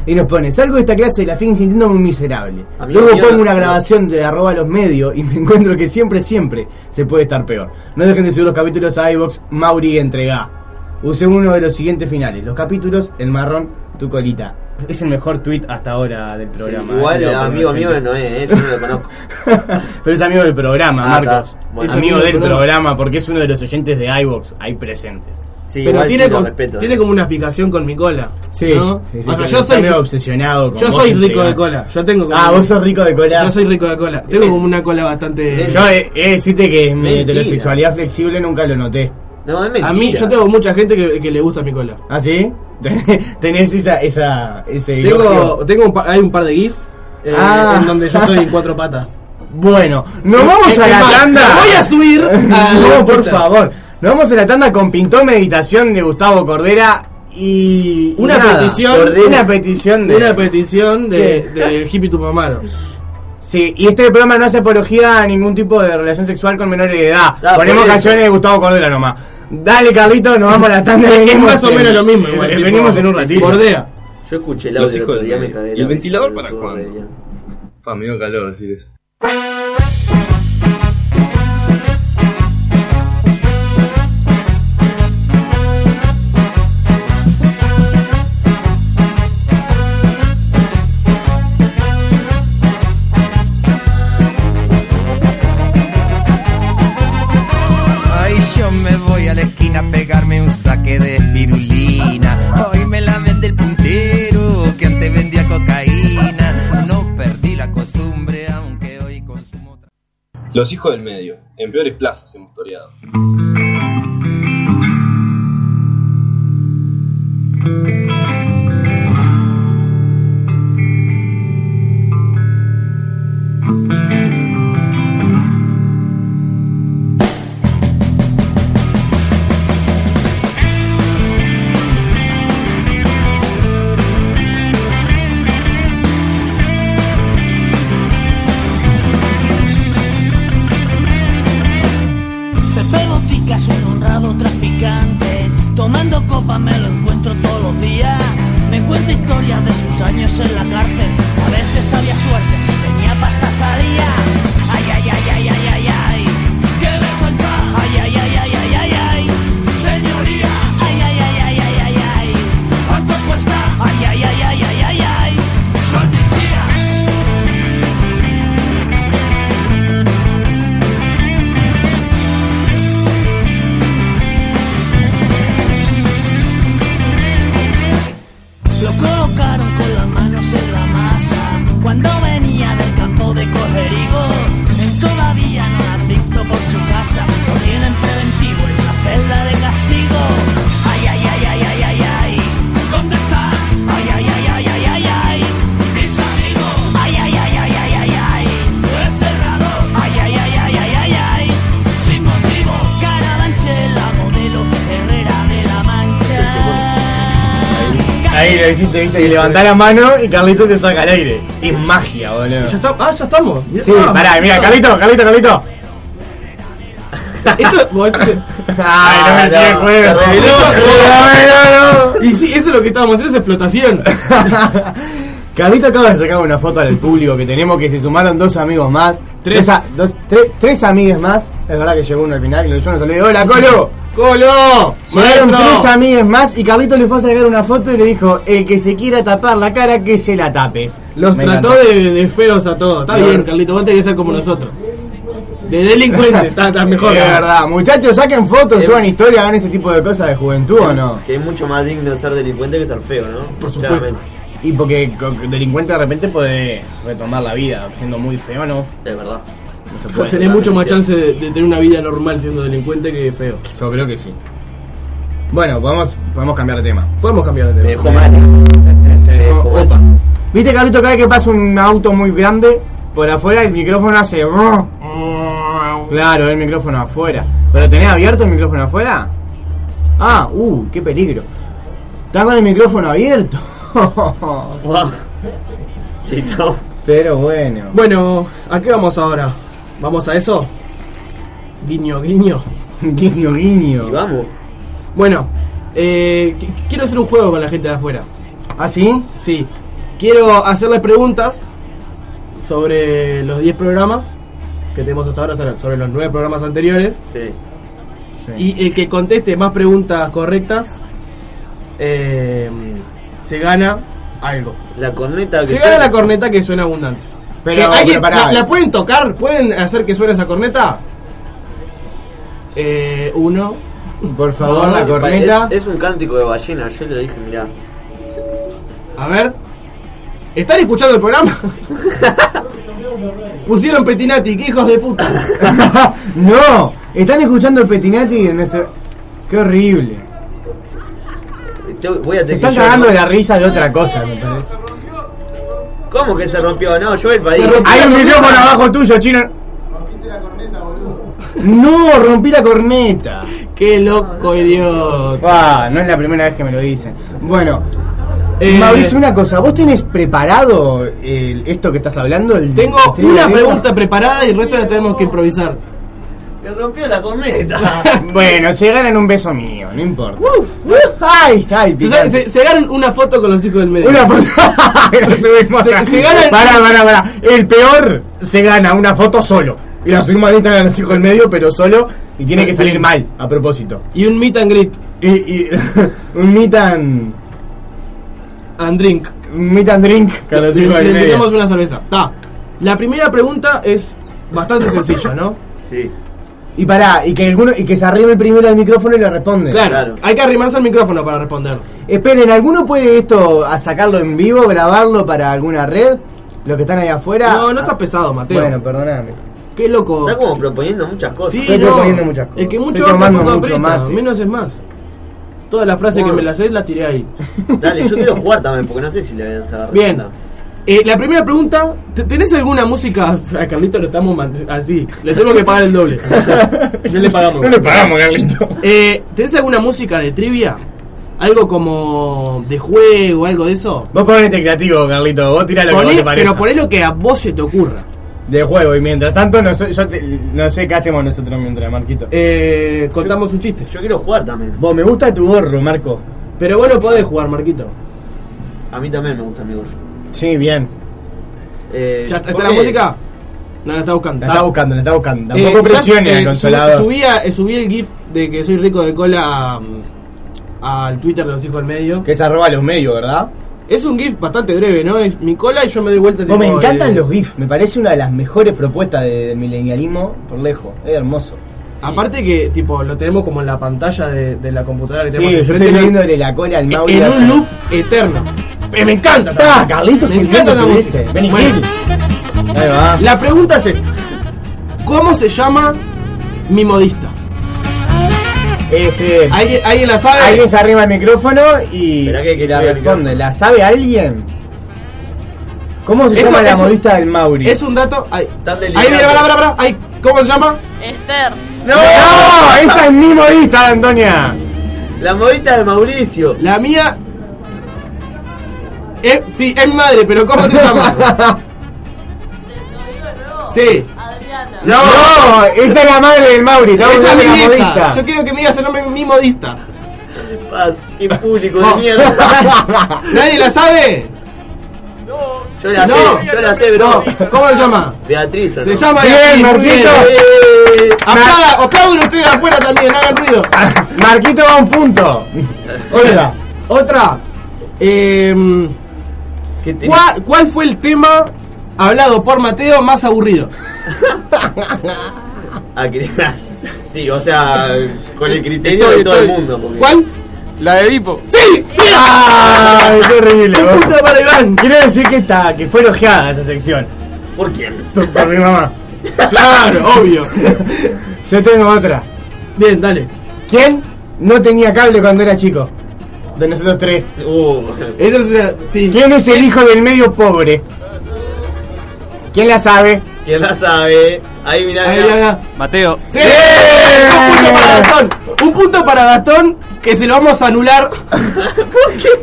B: Y nos pone, salgo de esta clase de la fin sintiendo muy miserable.
C: Amigo
B: Luego
C: mío,
B: pongo
C: no-
B: una grabación de arroba los medios y me encuentro que siempre, siempre se puede estar peor. No dejen de subir los capítulos a iVox, Mauri entrega. Usé uno de los siguientes finales. Los capítulos, el marrón, tu colita. Es el mejor tweet hasta ahora del
C: Sí,
B: programa. ¿eh?
C: igual,
B: Creo, por
C: amigo
B: un
C: mío
B: oyente.
C: no es, ¿eh? yo no lo conozco.
B: Pero es amigo del programa,
C: Ah,
B: Marcos.
C: está. Bueno,
B: Es amigo
D: amigo del
B: del
D: programa.
B: programa porque es uno de los oyentes de iVox ahí presentes.
C: Sí,
D: Pero
C: igual
D: tiene,
C: sí, lo
D: com-
C: respeto.
D: tiene como una fijación con mi cola.
B: Sí,
D: ¿no?
B: sí, sí,
D: o sea,
B: sí,
D: yo
B: está
D: soy,
B: medio obsesionado con
D: yo
B: vos
D: soy
B: siempre,
D: rico de
B: ¿no?
D: cola. Yo tengo como-
B: Ah, vos sos rico de cola.
D: Yo soy rico de cola. Tengo como una cola bastante.
B: Yo he he de decirte que mi
C: Mentira.
B: heterosexualidad flexible nunca lo noté.
C: No, es mentira.
D: a mí, yo tengo mucha gente que, que le gusta mi cola.
B: ¿Ah, sí? Tenés esa, esa, ese elogio.
D: Tengo, tengo un par- hay un par de GIF eh,
B: Ah.
D: en donde yo estoy en cuatro patas.
B: Bueno, nos
D: Es
B: vamos a
D: que
B: la
D: más,
B: tanda.
D: lo voy a subir a la
B: no, por
D: puta.
B: favor. Nos vamos a la tanda con Pintó Meditación de Gustavo Cordera y. y
D: Una
B: nada.
D: petición.
B: Cordera. Una petición de.
D: Una petición de,
B: ¿Qué?
D: del hippie tu mamaro.
B: Sí, y este programa no hace apología a ningún tipo de relación sexual con menores de edad.
C: Ah,
B: Ponemos
C: por eso.
B: canciones de Gustavo Cordera nomás. Dale, Carlito, nos vamos a la tanda. y
D: Es
B: venimos
D: más o
B: en-
D: menos lo mismo.
B: eh,
D: igual, tipo,
B: venimos en un
D: sí,
B: ratito.
D: Bordea.
C: Yo escuché el audio
A: Los
C: el
A: hijos
C: otro
A: del
C: día, me
A: medio.
C: cagué.
A: ¿Y
C: la
A: el ventilador
C: risa,
A: para
C: estuvo
A: cuándo?
C: re bien.
A: Pa, me dio calor decir eso.
H: Ay, yo me voy a la esquina a pegarme un saque de espirulina. Hoy me la vende el puntero que antes vendía cocaína. No perdí la costumbre, aunque hoy consumo otra.
A: Los hijos del medio, en peores plazas hemos toreado.
I: Pepe Botica es un honrado traficante. Tomando copa me lo encuentro todos los días. Me cuenta historias de sus años en la cárcel. A veces había suerte, si tenía pasta salía. Ay, ay, ay, ay, ay, ay, ay. ¡Qué vergüenza! Ay, ay, ay, ay, ay, ay, ay. Señoría. Ay, ay, ay, ay, ay, ay, ay. ¿Cuánto cuesta? Ay, ay, ay, ay, ay, ay, ay. Su amnistía. Lo colocaron con las manos en la masa cuando venía del campo de coger higo. Todavía no la han visto por su casa, lo tienen preventivo en la celda de castigo. Ay, ay, ay, ay, ay, ay, ay. ¿Dónde está? Ay, ay, ay, ay, ay, ay, ay. Mis amigos. Ay, ay, ay, ay, ay, ay, ay. Encerrado. Ay, ay, ay, ay, ay, ay, ay. Sin motivo. Carabanchela, modelo, Herrera de la Mancha.
B: Ahí lo hiciste, viste, y levantá la mano y Carlito te saca al aire. Es magia, boludo.
D: Ya está, ah, ya estamos. Mirá,
B: Sí,
D: ah,
B: pará, mira, Carlito, Carlito, Carlito.
D: Esto,
B: Ay,
D: Ah,
B: no me sigue el juego.
D: te reveló,
B: No,
D: te
B: no, no.
D: y sí, eso es lo que estábamos haciendo, es explotación.
B: Carlito acaba de sacar una foto al público que tenemos que se sumaron dos amigos más.
D: Tres.
B: Dos, a- dos- tre- tres amigues más. Es verdad que llegó uno al final y yo no saludé. ¡Hola, Colo!
D: ¡Colo!
B: Llegaron
D: maestro.
B: tres amigues más y Carlito le fue a sacar una foto y le dijo: El que se quiera tapar la cara, que se la tape.
D: Los
B: Me
D: trató
B: encanta.
D: de, de feos a todos. Está bien, Carlito, vos tenés que ser como nosotros. De delincuente, está, está mejor.
B: Es verdad, muchachos, saquen fotos,
C: Eh,
B: suban historias, hagan ese tipo de cosas de juventud o no.
C: Que es mucho más digno de ser delincuente que ser feo, ¿no? Por
B: supuesto. Y porque co- delincuente de repente puede retomar la vida, siendo muy feo, ¿no?
C: Es verdad.
B: No se
D: Vos
B: puede.
D: tenés mucho más chance de, de tener una vida normal siendo delincuente que feo.
B: Yo creo que sí. Bueno, podemos, podemos cambiar de tema.
D: Podemos cambiar de tema.
C: dejó mal.
B: Opa. ¿Viste, Carlito, cada vez que pasa un auto muy grande, por afuera el micrófono hace... ¡oh! Claro, el micrófono afuera. ¿Pero tenés abierto el micrófono afuera? Ah, uh, qué peligro. Estás con el micrófono abierto. Pero bueno.
D: Bueno, ¿a qué vamos ahora? ¿Vamos a eso? Guiño, guiño.
B: guiño, guiño.
C: vamos.
D: Bueno, eh, qu- quiero hacer un juego con la gente de afuera.
B: ¿Ah, sí?
D: Sí. Quiero hacerles preguntas sobre los 10 programas que tenemos hasta ahora, o sea, sobre los 9 programas anteriores.
C: Sí.
D: Y el que conteste más preguntas correctas eh, se gana algo.
C: La corneta que
D: Se gana
C: suena.
D: la corneta que suena abundante.
B: Pero,
D: Que alguien-
B: pero pará.
D: la, la pueden tocar? ¿Pueden hacer que suene esa corneta? Eh, uno.
B: Por favor,
D: No,
B: la
D: que
B: corneta.
C: Es, es un cántico de ballena, yo le dije, mirá.
D: A ver. ¿Están escuchando el programa? Pusieron Petinati, que hijos de puta.
B: ¡No! Están escuchando el Petinati de nuestro... ¡Qué horrible!
C: Yo voy a tener
B: Se están
C: que yo-
B: cagando de la risa de otra cosa, me parece.
C: ¿Cómo que se rompió? No, yo el país.
B: Hay un micrófono abajo tuyo, chino. No, rompí la corneta.
D: Qué loco, idiota.
B: Fa, no es la primera vez que me lo dicen. Bueno,
D: Eh,
B: Mauricio, una cosa. ¿Vos tenés preparado el- esto que estás hablando? El-
D: Tengo
B: el tema
D: una
B: de-
D: pregunta preparada y el resto la tenemos que improvisar.
C: Me rompió la corneta.
B: Bueno, se ganan un beso mío, no importa. ¡Ay, ay,
D: Se, sa-
B: picante.
D: se- se ganan una foto con los hijos del medio.
B: Una foto. Lo subimos
D: Se-
B: a-
D: se gana el-
B: Pará, pará, pará. El peor se gana una foto solo. Y la subimos a Instagram los hijos del medio, pero solo. Y tiene que salir mal, a propósito.
D: Y un meet and greet.
B: Y, y un meet and,
D: And drink.
B: un meet and drink con los
D: Le-
B: hijos
D: le
B: del
D: invitamos
B: medio.
D: una cerveza. Ta. La primera pregunta es bastante sencilla, ¿no?
C: sí.
B: Y pará, y que alguno, y que se arrime el primero al micrófono y le responde.
D: Claro,
C: Claro.
D: hay que arrimarse al micrófono para responder.
B: Esperen, ¿alguno puede esto a sacarlo en vivo, grabarlo para alguna red? Los que están ahí afuera.
D: No, no seas pesado, Mateo.
B: Bueno, perdóname.
D: Qué loco.
C: Está como proponiendo muchas cosas.
D: Sí,
B: Estoy
D: no.
B: proponiendo muchas cosas.
D: El que mucho
B: Estoy
D: habla,
B: tomando
D: poco
B: mucho
D: aprieta.
B: mate.
D: Menos es más. Toda la frase
C: Bueno.
D: que me la sé la tiré ahí.
C: Dale, yo quiero jugar también, porque no sé si le voy a sacar
D: Bien.
C: renta.
D: Eh, la primera pregunta, ¿te- ¿tenés alguna música? A Carlito lo estamos man- así, le tengo que pagar el doble. No le pagamos.
B: No le pagamos, Carlito.
D: Eh, ¿Tenés alguna música de trivia? ¿Algo como de juego, algo de eso?
B: Vos ponete este creativo, Carlito. Vos tirá lo que vos
D: Poné-
B: te parezca.
D: pero poné lo que a vos se te ocurra.
B: De juego, y mientras tanto, no sé, yo te- no sé qué hacemos nosotros mientras, Marquito.
D: Eh, contamos un chiste.
C: Yo quiero jugar también.
B: Vos, me gusta tu gorro, Marco.
D: Pero vos no podés jugar, Marquito.
C: A mí también me gusta, amigos.
B: Sí, bien.
C: Eh,
D: ¿Ya está,
C: ¿por
D: está la
C: qué?
D: música? No, la está buscando.
B: La está
D: Ah.
B: buscando, la está buscando.
D: Eh,
B: Tampoco
D: ya,
B: presione
D: eh,
B: al
D: sub-
B: consolador.
D: subía- eh, subí el GIF de que soy rico de cola mm, al Twitter de los hijos del medio.
B: Que se arroba los medios, ¿verdad?
D: Es un GIF bastante breve, ¿no? Es mi cola y yo me doy vuelta.
B: Vos, me
D: tipo,
B: encantan
D: eh,
B: los GIFs, me parece una de las mejores propuestas de- del milenialismo por lejos. Es hermoso.
D: Aparte que, tipo, lo tenemos como en la pantalla de, de la computadora que
B: Sí,
D: tenemos
B: yo
D: enfrente,
B: estoy
D: ¿no?
B: viéndole la cola al Mauri.
D: en
B: hace-
D: un loop eterno. Eh, Me encanta. esta
B: Ah,
D: música.
B: Carlitos,
D: me
B: qué bien
D: encanta
B: que
D: esta
B: tuviste.
D: música.
B: Benny
D: Bueno,
B: Hill. Ahí va.
D: la pregunta es esta. ¿Cómo se llama mi modista?
B: Este,
D: ¿Alguien, alguien la sabe?
B: alguien se arrima el micrófono y
C: Esperá que- que
B: la
C: suba el
B: responde.
C: micrófono.
B: ¿La sabe alguien? ¿Cómo se
D: Esto
B: llama la
D: es un-
B: modista del Mauri?
D: Es un dato. Ahí,
C: Tan
D: ahí
C: delirante.
D: mira, pará, pará, pará. Ahí, ¿Cómo se llama?
G: Esther.
B: ¡No! ¡Esa es mi modista, Antonia!
C: La modita de Mauricio.
D: La mía. Eh, sí, es mi madre, pero ¿cómo se llama?
G: Te lo digo de nuevo.
D: sí.
G: Adriana.
B: ¡No! ¡Esa es la madre del Mauri! estamos
D: Esa es
B: hablando
D: mi
B: de la
D: modista.
B: modista.
D: Yo quiero que me digas el nombre de mi modista.
C: Paz, qué público de mierda.
D: ¿Nadie la sabe?
C: Yo la
D: No.
C: sé, yo la sé, bro.
D: No. ¿Cómo se llama?
C: Beatriz, ¿o
D: Se
C: no?
D: llama
B: Bien,
D: Beatriz, muy
B: Marquito.
C: Eh,
D: bien. Aplaudan, aplaudan ustedes afuera también, hagan ruido.
B: Marquito va a un punto. Otra.
D: Otra. Em,
C: ¿qué te-
D: ¿cuál, cuál fue el tema hablado por Mateo más aburrido?
C: a que- sí, o sea, con el criterio
J: Estoy,
C: de todo
J: estoy.
C: el mundo. Porque...
J: ¿Cuál? La de Edipo.
B: ¡Sí! ¡Ay, qué horrible! vos.
C: Puta madre, Iván.
B: Quiero decir que está, que fue ojeada esta sección.
C: ¿Por quién?
B: Por, por mi mamá.
D: Claro, obvio.
B: Yo tengo otra.
D: Bien, dale.
B: ¿Quién no tenía cable cuando era chico? De nosotros tres.
C: Uh,
D: Esa es una- sí.
B: ¿Quién es el hijo del medio pobre? ¿Quién la sabe?
C: ¿Quién la sabe? Ahí mirá,
D: Ahí,
C: mirá.
D: mirá.
J: Mateo.
D: ¡Sí! Un punto para Gastón. Un punto para Gastón que se lo vamos a anular.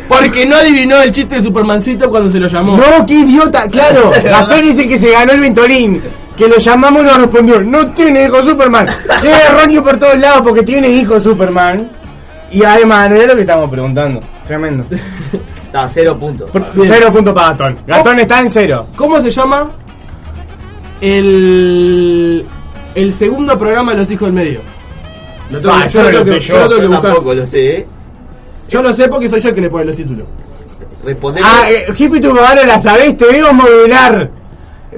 D: Porque no adivinó el chiste de Supermancito cuando se lo llamó.
B: No, qué idiota, claro. Gastón dice que se ganó el ventolín. Que lo llamamos y nos respondió, no tiene hijo Superman. Tiene erróneo por todos lados porque tiene hijo Superman. Y además, no es lo que estamos preguntando. Tremendo.
C: Está, cero puntos.
D: Bien.
B: Cero punto para Gastón. Gastón está en cero.
D: ¿Cómo se llama el, el segundo programa de los hijos del medio?
C: Lo
D: tengo que- yo lo tengo que- yo lo tengo que buscar.
C: tampoco lo sé, ¿eh?
D: Yo lo sé porque soy yo el que le pone los títulos.
C: Respondeme.
B: Ah, eh, hippie tu cubano, la sabés, te veo modular.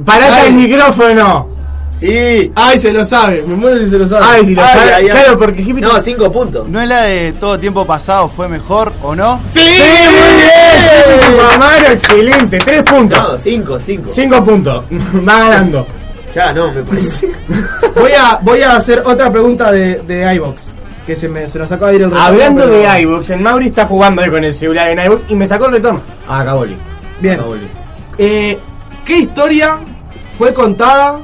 B: Parate
D: Ay.
B: el micrófono.
C: Sí.
D: Ay, se lo sabe, me muero si se lo sabe.
B: Ay, si lo
J: Ay,
B: sabes.
J: ay, ay.
B: ah, Claro, porque hippie tu-
C: No, cinco puntos.
J: ¿No es la de todo tiempo pasado fue mejor o no?
B: ¡Sí! ¡Muy bien! Hippie tu cubano, excelente. Tres puntos.
C: No, cinco, cinco.
B: Cinco puntos. Va ganando.
C: Ya, no, me parece.
D: Voy a, voy a hacer otra pregunta de, de iBox. Que se, me, se nos acaba de ir el retorno,
B: Hablando
D: pero-
B: de iBooks, el Mauri está jugando ahí con el celular en iBooks y me sacó el retorno. Ah, Caboli.
D: Bien. Eh, ¿Qué historia fue contada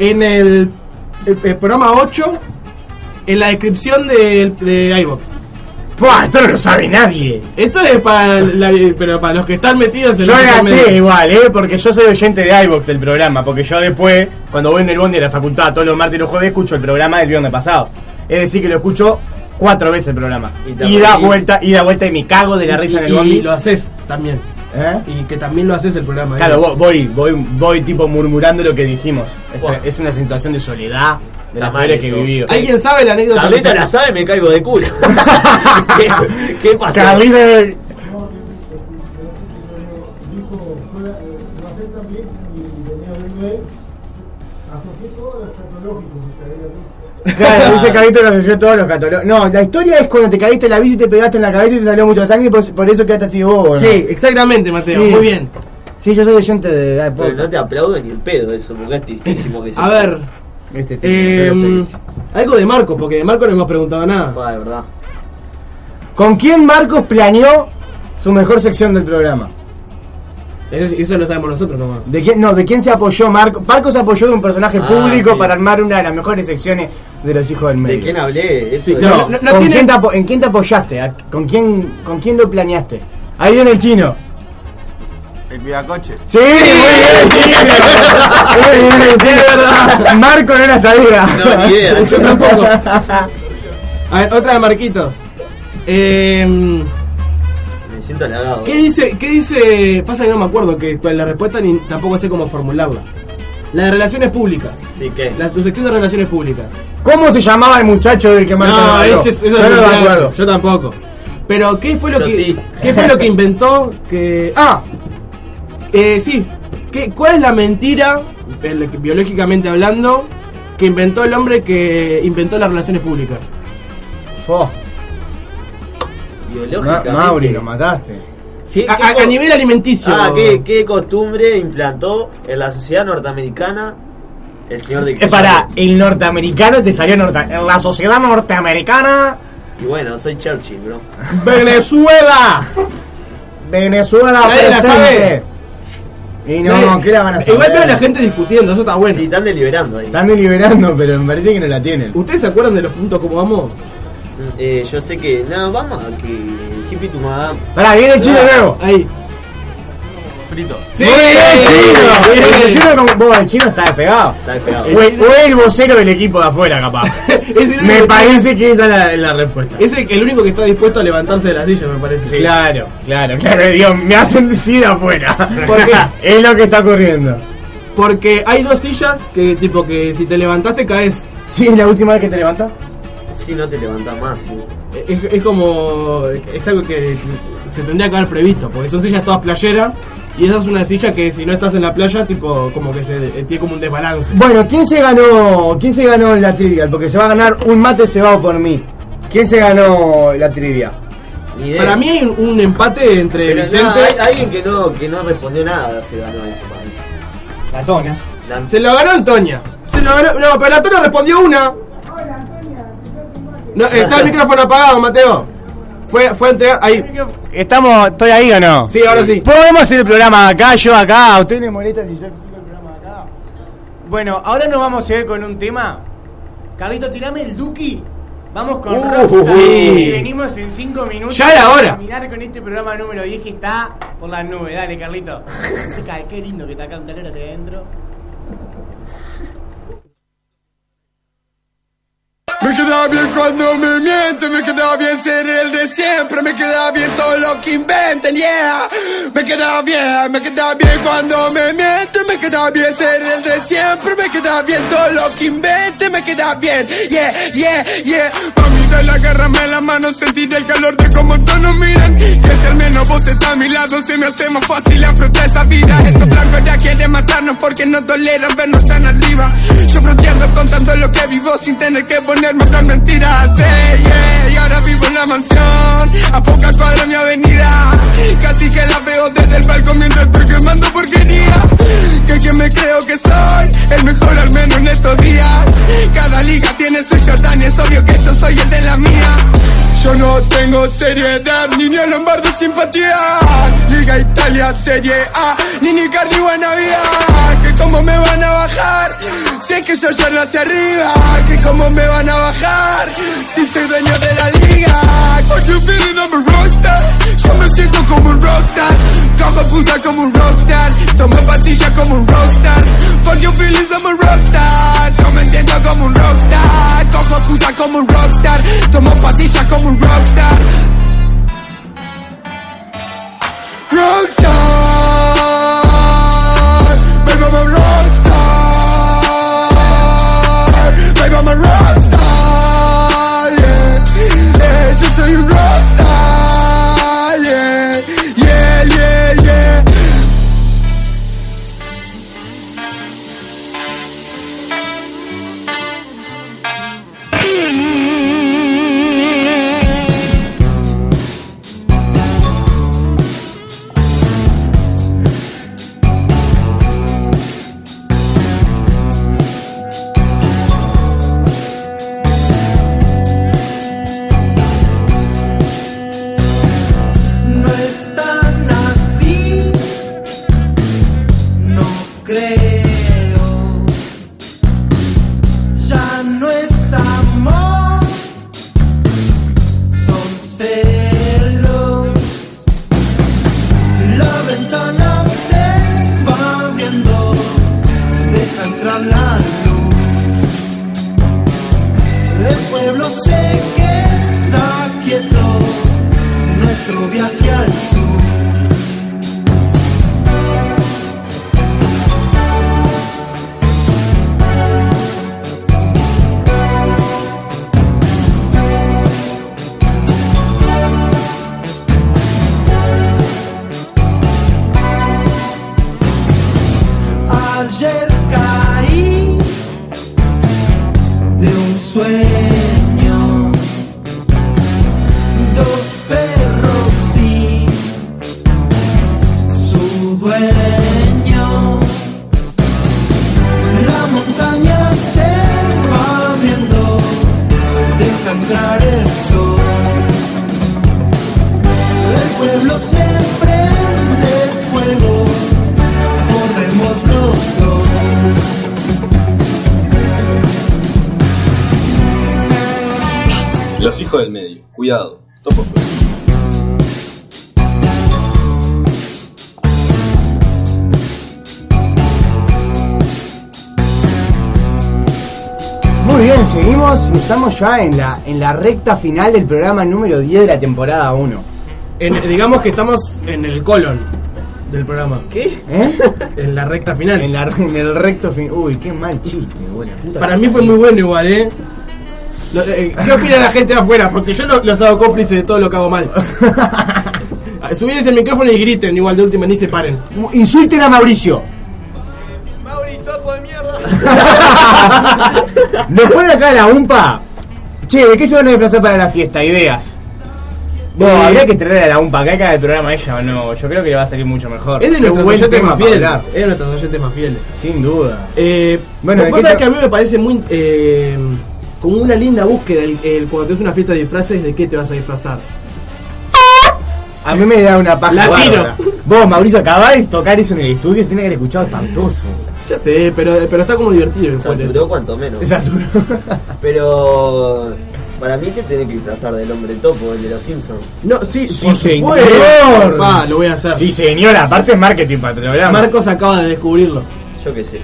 D: en el, el- el programa 8 en la descripción de, de iBox?
B: Buah, esto no lo sabe nadie.
D: Esto es para, la- pero para los que están metidos en
B: Yo
D: los
B: la sé
D: medio.
B: igual, ¿eh? Porque yo soy oyente de iBox del programa. Porque yo después, cuando voy en el bondi de la facultad todos los martes y los jueves, escucho el programa del viernes pasado. Es decir, que lo escucho cuatro veces el programa.
C: Y te
B: Y da
C: reís.
B: vuelta, y da vuelta y me cago de la risa en
D: Y-
B: el
D: y-
B: bondi.
D: Y lo haces también.
B: ¿Eh?
D: Y que también lo haces el programa. ¿eh?
B: Claro, vo- voy, voy, voy tipo murmurando lo que dijimos. Este,
C: Buah.
B: es una situación de soledad de
C: Está
B: las
C: mal
B: mayores que he
C: eso.
B: vivido.
D: ¿Alguien sabe la anécdota?
C: Carlita
D: que se-
C: la sabe, me caigo de culo. ¿Qué, qué pasó?
B: Carlita- Claro, dice Carlito que asoció todos los católogos. No, la historia es cuando te caíste en la bici y te pegaste en la cabeza y te salió mucha sangre y por, por eso quedaste así de bobo. ¿no?
D: Sí, exactamente, Mateo.
B: Sí.
D: Muy bien.
B: Sí, yo soy oyente de la
C: Pero no
B: época.
C: te aplaudo ni el pedo eso, porque es tristísimo que se
D: A ver,
B: Este, este,
D: eh,
B: yo lo sé.
D: algo de Marco, porque de Marco no hemos preguntado nada.
C: Ah, de verdad.
B: ¿Con quién Marcos planeó su mejor sección del programa?
D: Eso, eso lo sabemos nosotros nomás.
B: ¿De quién, no, ¿de quién se apoyó Marcos? Marcos se apoyó de un personaje
C: Ah,
B: público
C: sí.
B: para armar una de las mejores secciones de los hijos del medio.
C: ¿De quién hablé? Eso de-
D: No,
B: No,
D: no, no
B: ¿con
D: tiene-
B: quién te apo- ¿En quién te apoyaste? ¿A- ¿Con quién, ¿Con quién lo planeaste? Ahí viene el chino.
J: El cuidacoche.
B: Sí, muy bien, chino. Muy bien, chino. Marco no la sabía.
C: No, ni idea.
D: Yo tampoco. A ver, otra de Marquitos. Eh,
C: Me siento halagado.
D: ¿Qué dice? ¿Qué dice? Pasa que no me acuerdo que cuál es la respuesta ni tampoco sé cómo formularla. La de relaciones públicas.
C: Sí, ¿qué?
D: La, tu sección de relaciones públicas.
B: ¿Cómo se llamaba el muchacho del que Marco
D: no,
B: habló?
D: ese es- eso
B: Yo
D: es
B: no me
D: olvidable.
B: acuerdo.
D: Yo tampoco. Pero ¿qué fue lo
C: Yo
D: que
C: sí.
D: qué fue lo que inventó que ah eh, sí ¿Qué, cuál es la mentira el- biológicamente hablando que inventó el hombre que inventó las relaciones públicas?
B: Fo, Ma-
C: Biológicamente.
B: Mauri, lo mataste.
C: Sí,
D: A,
C: ¿qué
D: a- a
C: co-
D: nivel alimenticio.
C: Ah, ¿qué, qué costumbre implantó en la sociedad norteamericana el señor de
D: Eh,
B: Es para Eh, el norteamericano te salió norte en la sociedad norteamericana.
C: Y bueno, soy Churchill, bro.
B: Venezuela. Venezuela
D: Nadie la
B: presente. Y no,
D: Nadie-
B: ¿qué la van a hacer?
D: Igual veo a la gente discutiendo, eso está bueno.
C: Sí, están deliberando ahí.
B: Están deliberando, pero me parece que no la tienen.
D: ¿Ustedes se acuerdan de los puntos como vamos?
C: Eh, yo sé que. Nada, vamos a que. Hippie tu madame.
B: Pará, viene el chino nuevo.
D: Ah, Ahí.
J: Frito.
D: Sí,
B: ¡Muy bien, chino!
D: bien.
B: El chino, como- vos, el chino está despegado.
C: Está despegado.
D: Eh,
B: O el, o el vocero del equipo de afuera, capaz.
D: Es el
B: me
D: único-
B: parece que esa es la, la respuesta.
D: Es el, el único que está dispuesto a levantarse de la silla, me parece.
B: Claro, claro, claro. Dios, me hacen decir afuera.
D: ¿Por qué?
B: es lo que está ocurriendo.
D: Porque hay dos sillas que, tipo, que si te levantaste caes.
B: Sí, la última vez que te levantás.
C: Si no te levantás más. sí.
D: Es, es como. Es algo que se tendría que haber previsto, porque son sillas todas playeras Y esa es una silla que si no estás en la playa, tipo, como que se eh, tiene como un desbalance.
B: Bueno, ¿quién se ganó? ¿Quién se ganó la trivia? Porque se va a ganar un mate cebado por mí. ¿Quién se ganó la trivia?
D: Para mí hay un, un empate entre
C: Pero
D: Vicente.
C: no, hay, alguien que no, que no respondió nada se ganó ese pan.
B: La Tona.
D: Se lo ganó Antonia. Se lo ganó. No, pero la Tona respondió una. No, está el micrófono apagado, Mateo. Fue, fue a entregar. Ahí.
K: Estamos, estoy ahí o no?
D: Sí, ahora sí.
K: Podemos hacer el programa acá, yo acá, a usted le molesta si yo sigo el programa acá. Bueno, ahora nos vamos a ir con un tema. Carlito, tirame el Duki. Vamos con
D: Uh,
K: Rockstar,
D: sí.
K: y venimos en 5 minutos.
D: Ya era hora.
K: a terminar con este programa número 10 que está por las nubes. Dale, Carlito. Chica, Qué lindo que está acá un calor hacia adentro.
L: Me quedaba bien cuando me mienten, me quedaba bien ser el de siempre, me quedaba bien todo lo que inventen, yeah. Me quedaba bien, me quedaba bien cuando me mienten, me quedaba bien ser el de siempre, me quedaba bien todo lo que inventen, me quedaba bien, yeah, yeah, yeah. Mami, dale, agárrame la mano, sentir el calor de cómo todos nos miran. Que si al menos vos estás a mi lado, se me hace más fácil afrontar esa vida. Estos blancos ya quieren matarnos porque no toleran vernos tan arriba. Yo fronteando contando lo que vivo sin tener que ponerme tan mentiras. Hey, yeah, Y ahora vivo en la mansión, a poca cuadra mi avenida. Casi que la veo desde el balcón mientras estoy quemando porquería. Que quien me creo que soy, el mejor al menos en estos días. Cada liga tiene su Jordán y es obvio que yo soy el de la mía. Yo no tengo seriedad, ni ni a Lombardo simpatía. Liga Italia, Serie A, ni ni Cardi Guanavía. Que cómo me van a bajar, si es que yo lleno hacia arriba. Que cómo me van a bajar, si soy dueño de la liga. Are you feeling I'm a rockstar? Yo me siento como un rockstar. Tomo puta como un rockstar, tomo pastillas como un rockstar. Fuck you feelings I'm a rockstar. Yo me siento como un rockstar. Tomo puta como un rockstar, tomo pastillas como un rockstar. Rockstar, baby I'm a rockstar, baby I'm a rockstar, yeah, yeah, yo soy un rockstar, yeah, yeah, yeah, yeah.
E: No es tan así, no creo. Ya no es amor, son celos. La ventana se va abriendo, deja entrar la luz. El pueblo se queda quieto nuestro viaje al sur. Ayer caí de un sueño dos perros y su dueño. La montaña se va viendo, deja entrar el sol. El pueblo se prende fuego, corremos los dos.
A: Los hijos del medio, cuidado, topo feo.
B: Muy bien, seguimos. Estamos ya en la, en la recta final del programa número 10 de la temporada 1.
D: En- digamos que estamos en el colon del programa.
C: ¿Qué?
D: En la recta final.
B: ¿eh? En, el recto final. Uy, qué mal chiste, boludo. puta
D: Para
B: que
D: mí
B: parió.
D: fue muy bueno igual, ¿eh? Lo- eh, ¿Qué opina la gente de afuera? Porque yo lo- los hago cómplices de todo lo que hago mal. Subir ese micrófono y griten, igual de última, ni se paren.
B: Insulten a Mauricio. Nos ponen acá en la UMPA. Che, ¿de qué se van a desplazar para la fiesta? Ideas. Vos,
D: Eh,
B: habría que traer a la UMPA acá, acá el programa a ella o no. Yo creo que le va a salir mucho mejor.
D: Es de
B: Qué
D: nuestros
B: buen
D: oyentes
B: tema
D: más
B: para
D: fieles.
B: hablar.
D: Es de nuestros oyentes más fieles.
B: Sin duda.
D: Eh, bueno,
B: Bueno, ¿de qué
D: cosa
B: se-
D: es que a mí me parece muy. eh, como una linda búsqueda el, el- cuando te haces una fiesta de disfraces, ¿de qué te vas a disfrazar?
B: A mí me da una paja.
D: Latino.
B: bárbara. Vos, Mauricio, acabás de tocar eso en el estudio. Se tiene que haber escuchado espantoso.
D: Ya sé, pero, pero está como divertido el juego.
C: Saturó cuanto menos. Pero para mí te tenés que disfrazar del hombre topo, el de los Simpsons.
D: No, sí,
C: Sí,
D: por
C: señor.
D: supuesto. Pa, lo voy a hacer.
B: Sí, señor, aparte es marketing para el programa.
D: Marcos acaba de descubrirlo.
C: Yo qué sé,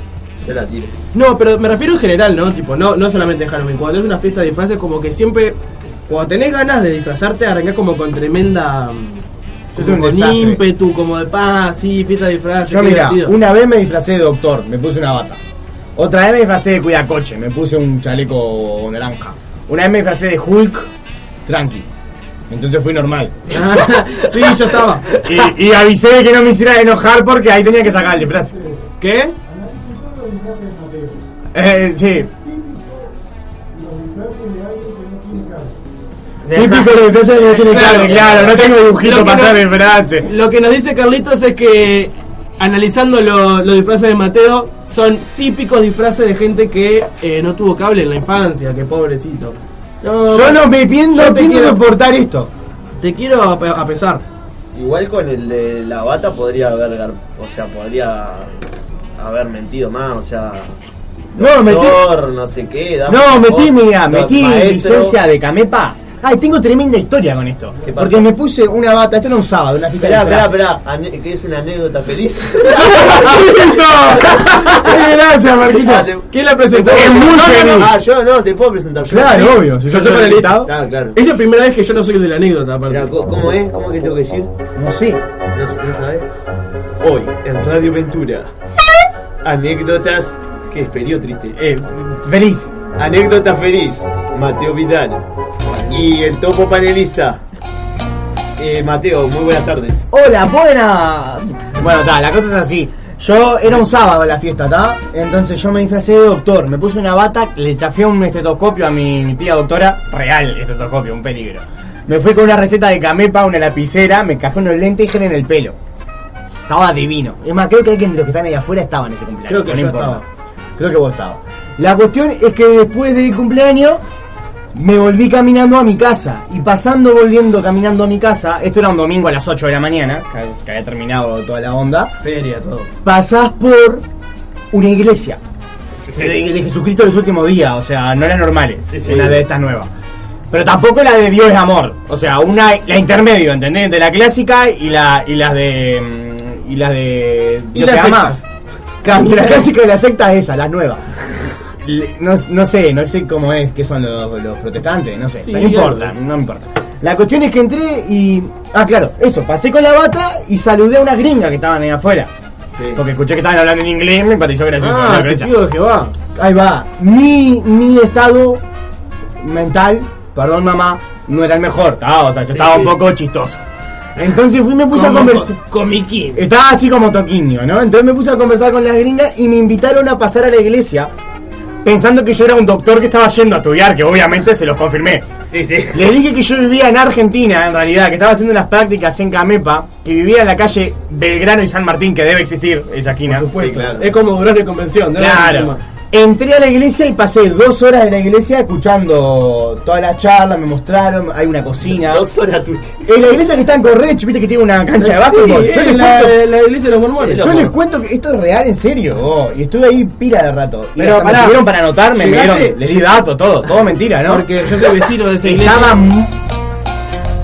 C: yo la tiro.
D: No, pero me refiero en general, ¿no? Tipo, no, no solamente en Halloween. Cuando es una fiesta de disfraces, como que siempre. Cuando tenés ganas de disfrazarte, arrancás como con tremenda. mm,
B: Sos
D: como
B: un
D: con
B: desastre.
D: ímpetu, como de paz, sí, fiesta de disfraces.
B: Yo
D: qué
B: mira,
D: divertido.
B: una vez me disfracé de doctor, me puse una bata. Otra vez me disfracé de cuidacoche, me puse un chaleco naranja. Una vez me disfracé de Hulk, tranqui. Entonces fui normal.
D: Ah, sí, yo estaba.
B: Y, y avisé de que no me hiciera enojar porque ahí tenía que sacar el disfraz.
D: ¿Qué?
B: Eh, sí. Típico de disfraces que no tiene carne, claro, no tengo dibujito
D: Lo que
B: para hacer
D: no-
B: disfraces.
D: Lo que nos dice Carlitos es que analizando lo- los disfraces de Mateo, son típicos disfraces de gente que eh, no tuvo cable en la infancia, que pobrecito.
B: Yo no me pienso-
D: yo te
B: pienso
D: quiero-
B: soportar esto.
D: Te quiero a, a pesar.
C: Igual con el de la bata podría haber, gar- o sea, podría haber mentido más, o sea.
B: No, metí-
C: doctor, no sé qué. dame
B: No,
C: una
B: metí,
C: cosa,
B: mira,
C: doc-
B: metí
C: maestro.
B: licencia de Camepa. Ay, tengo tremenda historia con esto.
C: ¿Qué pasó?
B: Porque me puse una bata, esto era un sábado, una fiesta
C: Esperá,
B: de
C: esperá,
B: disfraces.
C: esperá, ane- que es una anécdota feliz.
B: Ay, Gracias, Marquito.
D: ¿Quién la presentó?
B: Es muy
C: no,
B: feliz.
C: no, Ah, yo no, te puedo presentar. yo.
B: Claro, obvio, si yo soy
D: soy
B: panelista.
D: el-
C: Ah, claro.
D: Es la primera vez que yo no soy el de la anécdota, aparte.
C: Mirá, co- ¿Cómo es? ¿Cómo es que tengo que decir?
B: No sé.
C: ¿No, no sabes? Hoy, en Radio Ventura. Anécdotas que es periodo triste.
B: Eh, feliz.
C: Anécdota feliz. Mateo Vidal. Y el topo panelista. Eh, Mateo, muy buenas tardes.
B: Hola, buena. Bueno, ta, la cosa es así. Yo era un sábado la fiesta, ¿ta? Entonces yo me disfracé de doctor, me puse una bata, le chafé un estetoscopio a mi, mi tía doctora, real estetoscopio, un peligro. Me fui con una receta de camepa, una lapicera, me cajé unos lentes y gel en el pelo. Estaba divino. Es más, creo que alguien de los que están ahí afuera estaba en ese cumpleaños.
D: Creo que
B: no
D: yo
B: importa.
D: estaba.
B: Creo que vos estabas. La cuestión es que después del cumpleaños me volví caminando a mi casa. Y pasando, volviendo, caminando a mi casa, esto era un domingo a las 8 de la mañana, que- que había terminado toda la onda,
D: Feria, todo.
B: pasás por una iglesia. De, de Jesucristo de los últimos días, o sea, no las normales,
D: sí.
B: una de estas nuevas. Pero tampoco la de Dios es amor, o sea, una la intermedio, ¿entendés? Entre la clásica y la y las de mm, y las de
D: Y
B: lo
D: las
B: que amás.
D: sectas.
B: Claro, entre la clásica y la secta es esa, las nuevas. Le- No, no sé, no sé cómo es, que son los, los protestantes, no sé,
D: Sí,
B: pero no importa,
D: algo es.
B: no me importa. La cuestión es que entré y. Ah, claro, eso, pasé con la bata y saludé a unas gringas que estaban ahí afuera. Porque escuché que estaban hablando en inglés, me pareció gracioso.
D: Ah,
B: la
D: te
B: brecha.
D: pido de Jehová.
B: Ahí va. Mi, mi estado mental, perdón mamá, no era el mejor. Estaba, Ah, o sea, yo estaba un poco chistoso. Entonces fui y me puse a
D: Como
B: conversar.
D: co- comiquín.
B: Estaba así como toquiño, ¿no? Entonces me puse a conversar con las gringas y me invitaron a pasar a la iglesia pensando que yo era un doctor que estaba yendo a estudiar, que obviamente se los confirmé.
C: Sí, sí.
B: Le dije que yo vivía en Argentina, en realidad, que estaba haciendo unas prácticas en Camepa, que vivía en la calle Belgrano y San Martín, que debe existir esa esquina.
D: Por supuesto. Es como Durán de Convención, ¿no?
B: Claro. Entré a la iglesia y pasé dos horas de la iglesia escuchando todas las charlas, me mostraron, hay una cocina.
C: Dos horas tú.
B: En la iglesia que está en Correch, viste que tiene una cancha de básquetbol.
D: Sí,
B: Yo
D: es
B: les
D: la,
B: cuento-
D: la iglesia de los mormones.
B: yo les cuento que esto es real, en serio. oh, y estuve ahí pila de rato. Y
D: Pero
B: hasta
D: pará,
B: me pidieron para anotarme, me
D: ¿llegaste?
B: dieron, les di datos, todo, todo mentira, ¿no?
D: Porque yo soy vecino de esa iglesia.
B: Estaba mu-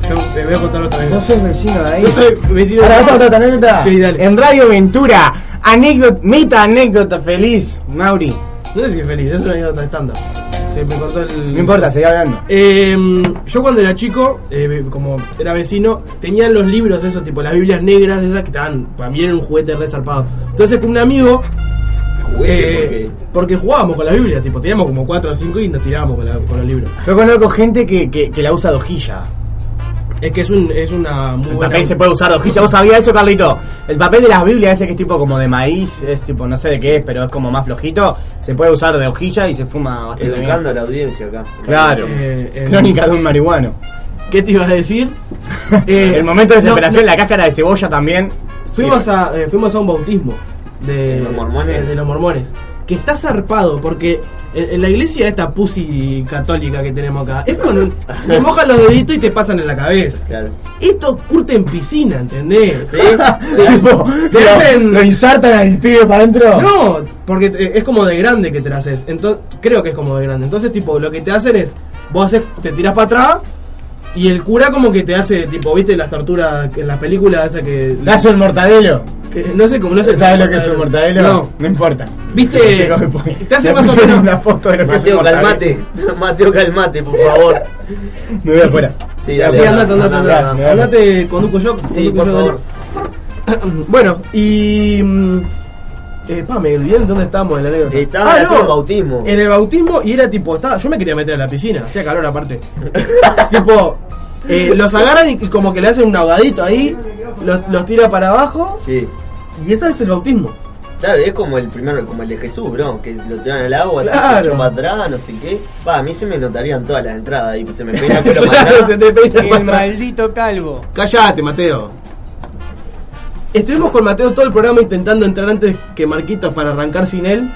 D: Yo te voy a contar otra vez.
B: Vos sos vecino de ahí.
D: Yo soy vecino
B: Ahora,
D: de-
B: ¿vas a contar otra anécdota?
D: Sí, dale.
B: En Radio Ventura, anécdota, meta anécdota feliz, Mauri.
D: No sé si es feliz, es una anécdota estándar. Se me cortó el.
B: No importa, seguí hablando.
D: Eh, yo cuando era chico, eh, como era vecino, tenían los libros de esos, tipo las Biblias negras, esas que estaban también un juguete re zarpado. Entonces con un amigo.
C: Juguete,
D: eh, porque jugábamos con la Biblia, tipo, teníamos como 4 o 5 y nos tirábamos con, la- con los libros.
B: Yo conozco gente que, que, que la usa de hojilla.
D: Es que es, un, es una muy
B: El
D: buena.
B: papel se puede usar de hojilla. ¿Vos sabías eso, Carlito? El papel de las Biblias, ese que es tipo como de maíz, es tipo, no sé de qué es, pero es como más flojito, se puede usar de hojilla y se fuma bastante bien.
C: Educando a la audiencia acá.
B: Claro.
D: Eh, eh,
B: Crónica de un marihuano.
D: ¿Qué te ibas a decir? Eh,
B: el momento de
D: no,
B: desesperación,
D: no.
B: la cáscara de cebolla también.
D: Fuimos, a, eh, fuimos a un bautismo de,
B: ¿De los mormones?
D: eh, de los mormones. Que está zarpado porque en, en la iglesia esta pussy católica que tenemos acá es con un- se mojan los deditos y te pasan en la cabeza. Esto curte en piscina, ¿entendés?
K: Tipo,
D: te
K: lo-
D: hacen-
K: lo insertan al pibe para adentro.
D: No, porque eh, es como de grande que te la haces. Entonces, creo que es como de grande. Entonces, tipo, lo que te hacen es, vos haces, te tirás para atrás y el cura como que te hace, tipo, viste las torturas que en las películas esa que...
K: Te hace el mortadelo.
D: que- Eh, no sé cómo, no sé...
K: ¿Sabes lo que es un mortadelo?
D: No.
K: No importa.
D: Viste, te hace más o menos
K: una foto de lo que es un
C: Mateo,
K: mortadelo.
C: calmate. Mateo, calmate, por favor.
K: Me voy afuera.
C: Sí,
D: Sí,
C: dale, dale,
D: andate, andate,
C: dale,
D: andate,
C: dale.
D: Andate, conduzco yo.
C: Sí,
D: conduzco
C: por
D: yo, dale.
C: favor.
D: Bueno, y... mm, Eh, pa, me olvidé en dónde estábamos en la anécdota.
C: Estábamos
D: Ah,
C: haciendo el bautismo.
D: En el bautismo y era tipo, estaba, yo me quería meter a la piscina, hacía calor aparte. tipo, eh, los agarran y, y como que le hacen un ahogadito ahí, los, los tira para abajo
C: Sí.
D: y ese es el bautismo.
C: Claro, es como el primero, como el de Jesús, bro, que lo tiran al agua,
D: Claro.
C: se echó para atrás, no sé qué. Va, a mí se me notarían todas las entradas y se me pega pero para
D: Claro,
C: atrás.
D: se te peina para
K: El
D: atrás.
K: maldito calvo.
D: Callate, Mateo. Estuvimos con Mateo todo el programa intentando entrar antes que Marquitos para arrancar sin él.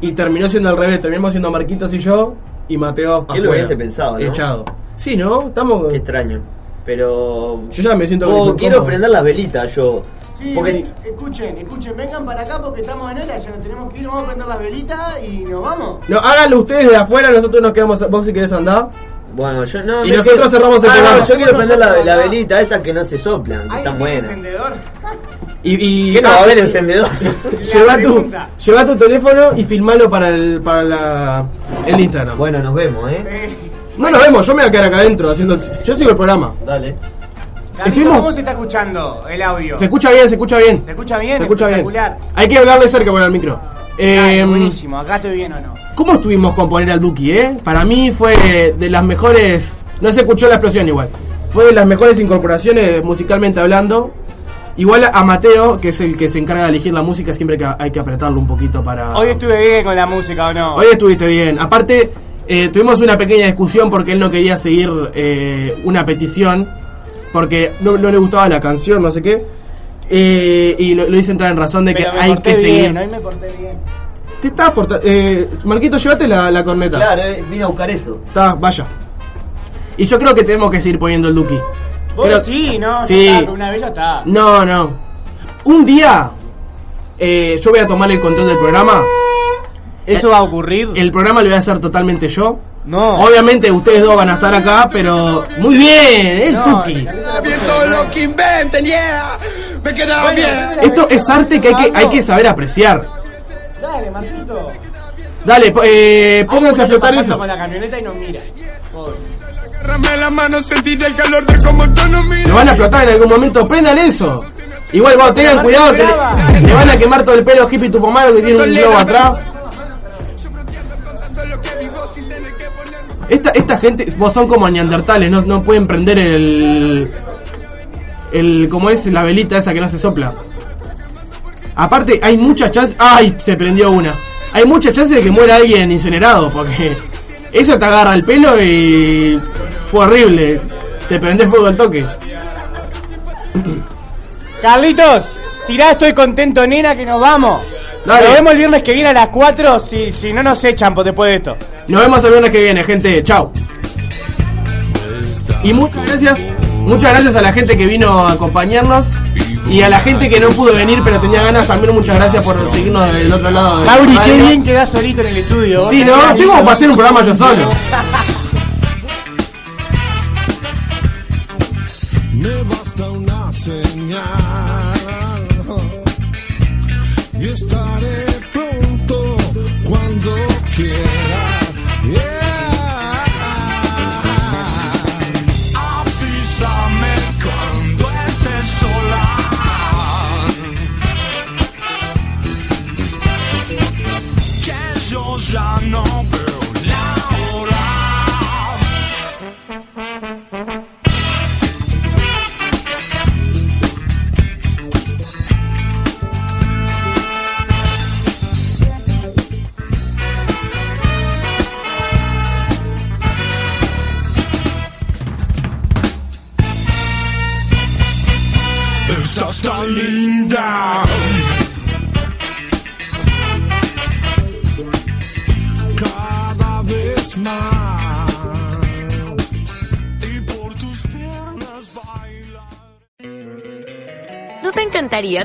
D: Y terminó siendo al revés. Terminamos siendo Marquitos y yo. Y Mateo.
C: ¿Qué lo
D: afuera,
C: hubiese pensado, no?
D: Echado. Sí, ¿no? Estamos. Qué
C: extraño. Pero.
D: Yo ya me siento.
C: Oh,
D: como
C: quiero
D: incómodo.
C: prender las velitas yo.
K: Sí,
C: Porque-
K: sí, escuchen, escuchen, vengan para acá porque estamos en hora, ya nos tenemos que ir, vamos a prender las velitas y nos vamos.
D: No, háganlo ustedes de afuera. Nosotros nos quedamos. Vos si querés andar.
C: Bueno, yo no.
D: Y
C: me
D: nosotros
C: quedo-
D: cerramos el
C: Ah,
D: programa.
C: no, yo quiero prender la,
K: Nosotros
C: la
K: acá.
C: velita, esas que no se soplan, que están buenas.
D: Y, y
C: ¿Qué no va a
D: ah,
C: haber encendedor?
D: Lleva tu, lleva tu teléfono y filmalo para el, para la, el Instagram.
C: Bueno, nos vemos, ¿eh?
D: No nos vemos, yo me voy a quedar acá adentro. haciendo el- yo sigo el programa.
C: Dale.
K: Carlito, ¿Cómo se está escuchando el audio?
D: Se escucha bien, se escucha bien.
K: Se escucha bien,
D: Se escucha bien.
K: espectacular.
D: Hay que hablarle cerca con el micro. Eh,
K: Buenísimo, acá estoy bien o no.
D: ¿Cómo estuvimos con poner al Duki, eh? Para mí fue de las mejores. No se escuchó la explosión igual. Fue de las mejores incorporaciones musicalmente hablando. Igual a Mateo, que es el que se encarga de elegir la música, siempre que hay que apretarlo un poquito para.
K: Hoy estuve bien con la música o no.
D: Hoy estuviste bien. Aparte, eh, tuvimos una pequeña discusión porque él no quería seguir eh, una petición. Porque no, no le gustaba la canción, no sé qué. Eh, y lo, lo hice entrar en razón de
K: Pero
D: que
K: me
D: hay
K: porté
D: que seguir.
K: Bien, hoy me porté bien.
D: Te está aportando. Eh, Marquito, llévate la, la corneta.
C: Claro, eh, vine a buscar eso.
D: Está, vaya. Y yo creo que tenemos que seguir poniendo el Duki.
K: Vos
D: Creo-
K: sí, no, Ya
D: Sí.
K: está, con una vez ya está.
D: No, no. Un día eh, yo voy a tomar el control del programa.
K: ¿Eso va a ocurrir?
D: El programa lo voy a hacer totalmente yo.
K: No.
D: Obviamente ustedes dos van a estar acá, pero. ¡Muy bien! ¡El Tuki!
L: bien todo lo que inventen, yeah. Me queda bien.
D: Esto es arte que hay que, hay que saber apreciar.
K: Dale, Marquito.
D: Dale, po- eh, pónganse
K: Está
D: a explotar
B: Ah,
K: pasando
D: eso.
K: con la camioneta y nos mira. Pobre.
L: Agarrame la mano, sentir el calor de como autonomía.
D: Lo van a explotar en algún momento, prendan eso. Igual vos tengan cuidado que le, le van a quemar todo el pelo hippie tupomano que tiene un globo atrás. Esta, esta gente, vos son como neandertales, no, no pueden prender el. El. como es la velita esa que no se sopla. Aparte, hay muchas chances. ¡Ay! Se prendió una. Hay muchas chances de que muera alguien incinerado, porque. Eso te agarra el pelo y. Fue horrible. Te prende fuego al toque.
K: Carlitos, tirá, estoy contento, nena, que nos vamos.
D: Dale.
K: Nos vemos el viernes que viene a las 4 si, si no nos echan por después de esto.
D: Nos vemos el viernes que viene, gente. Chao. Y muchas gracias. Muchas gracias a la gente que vino a acompañarnos. Y a la gente que no pudo venir pero tenía ganas, también muchas gracias por seguirnos del otro lado. de la
K: Mauri, qué
D: radio.
K: bien quedás solito en el estudio.
D: Sí,
K: Vos
D: no,
K: te quedás
D: estoy como
K: lindo.
D: para hacer un programa yo solo.
L: Me basta una señal y estaré pronto cuando quiera. Yeah. Avísame cuando estés sola. Que yo ya no veo la hora. linda. Cada vez más. Y por tus piernas baila.
M: ¿No te encantaría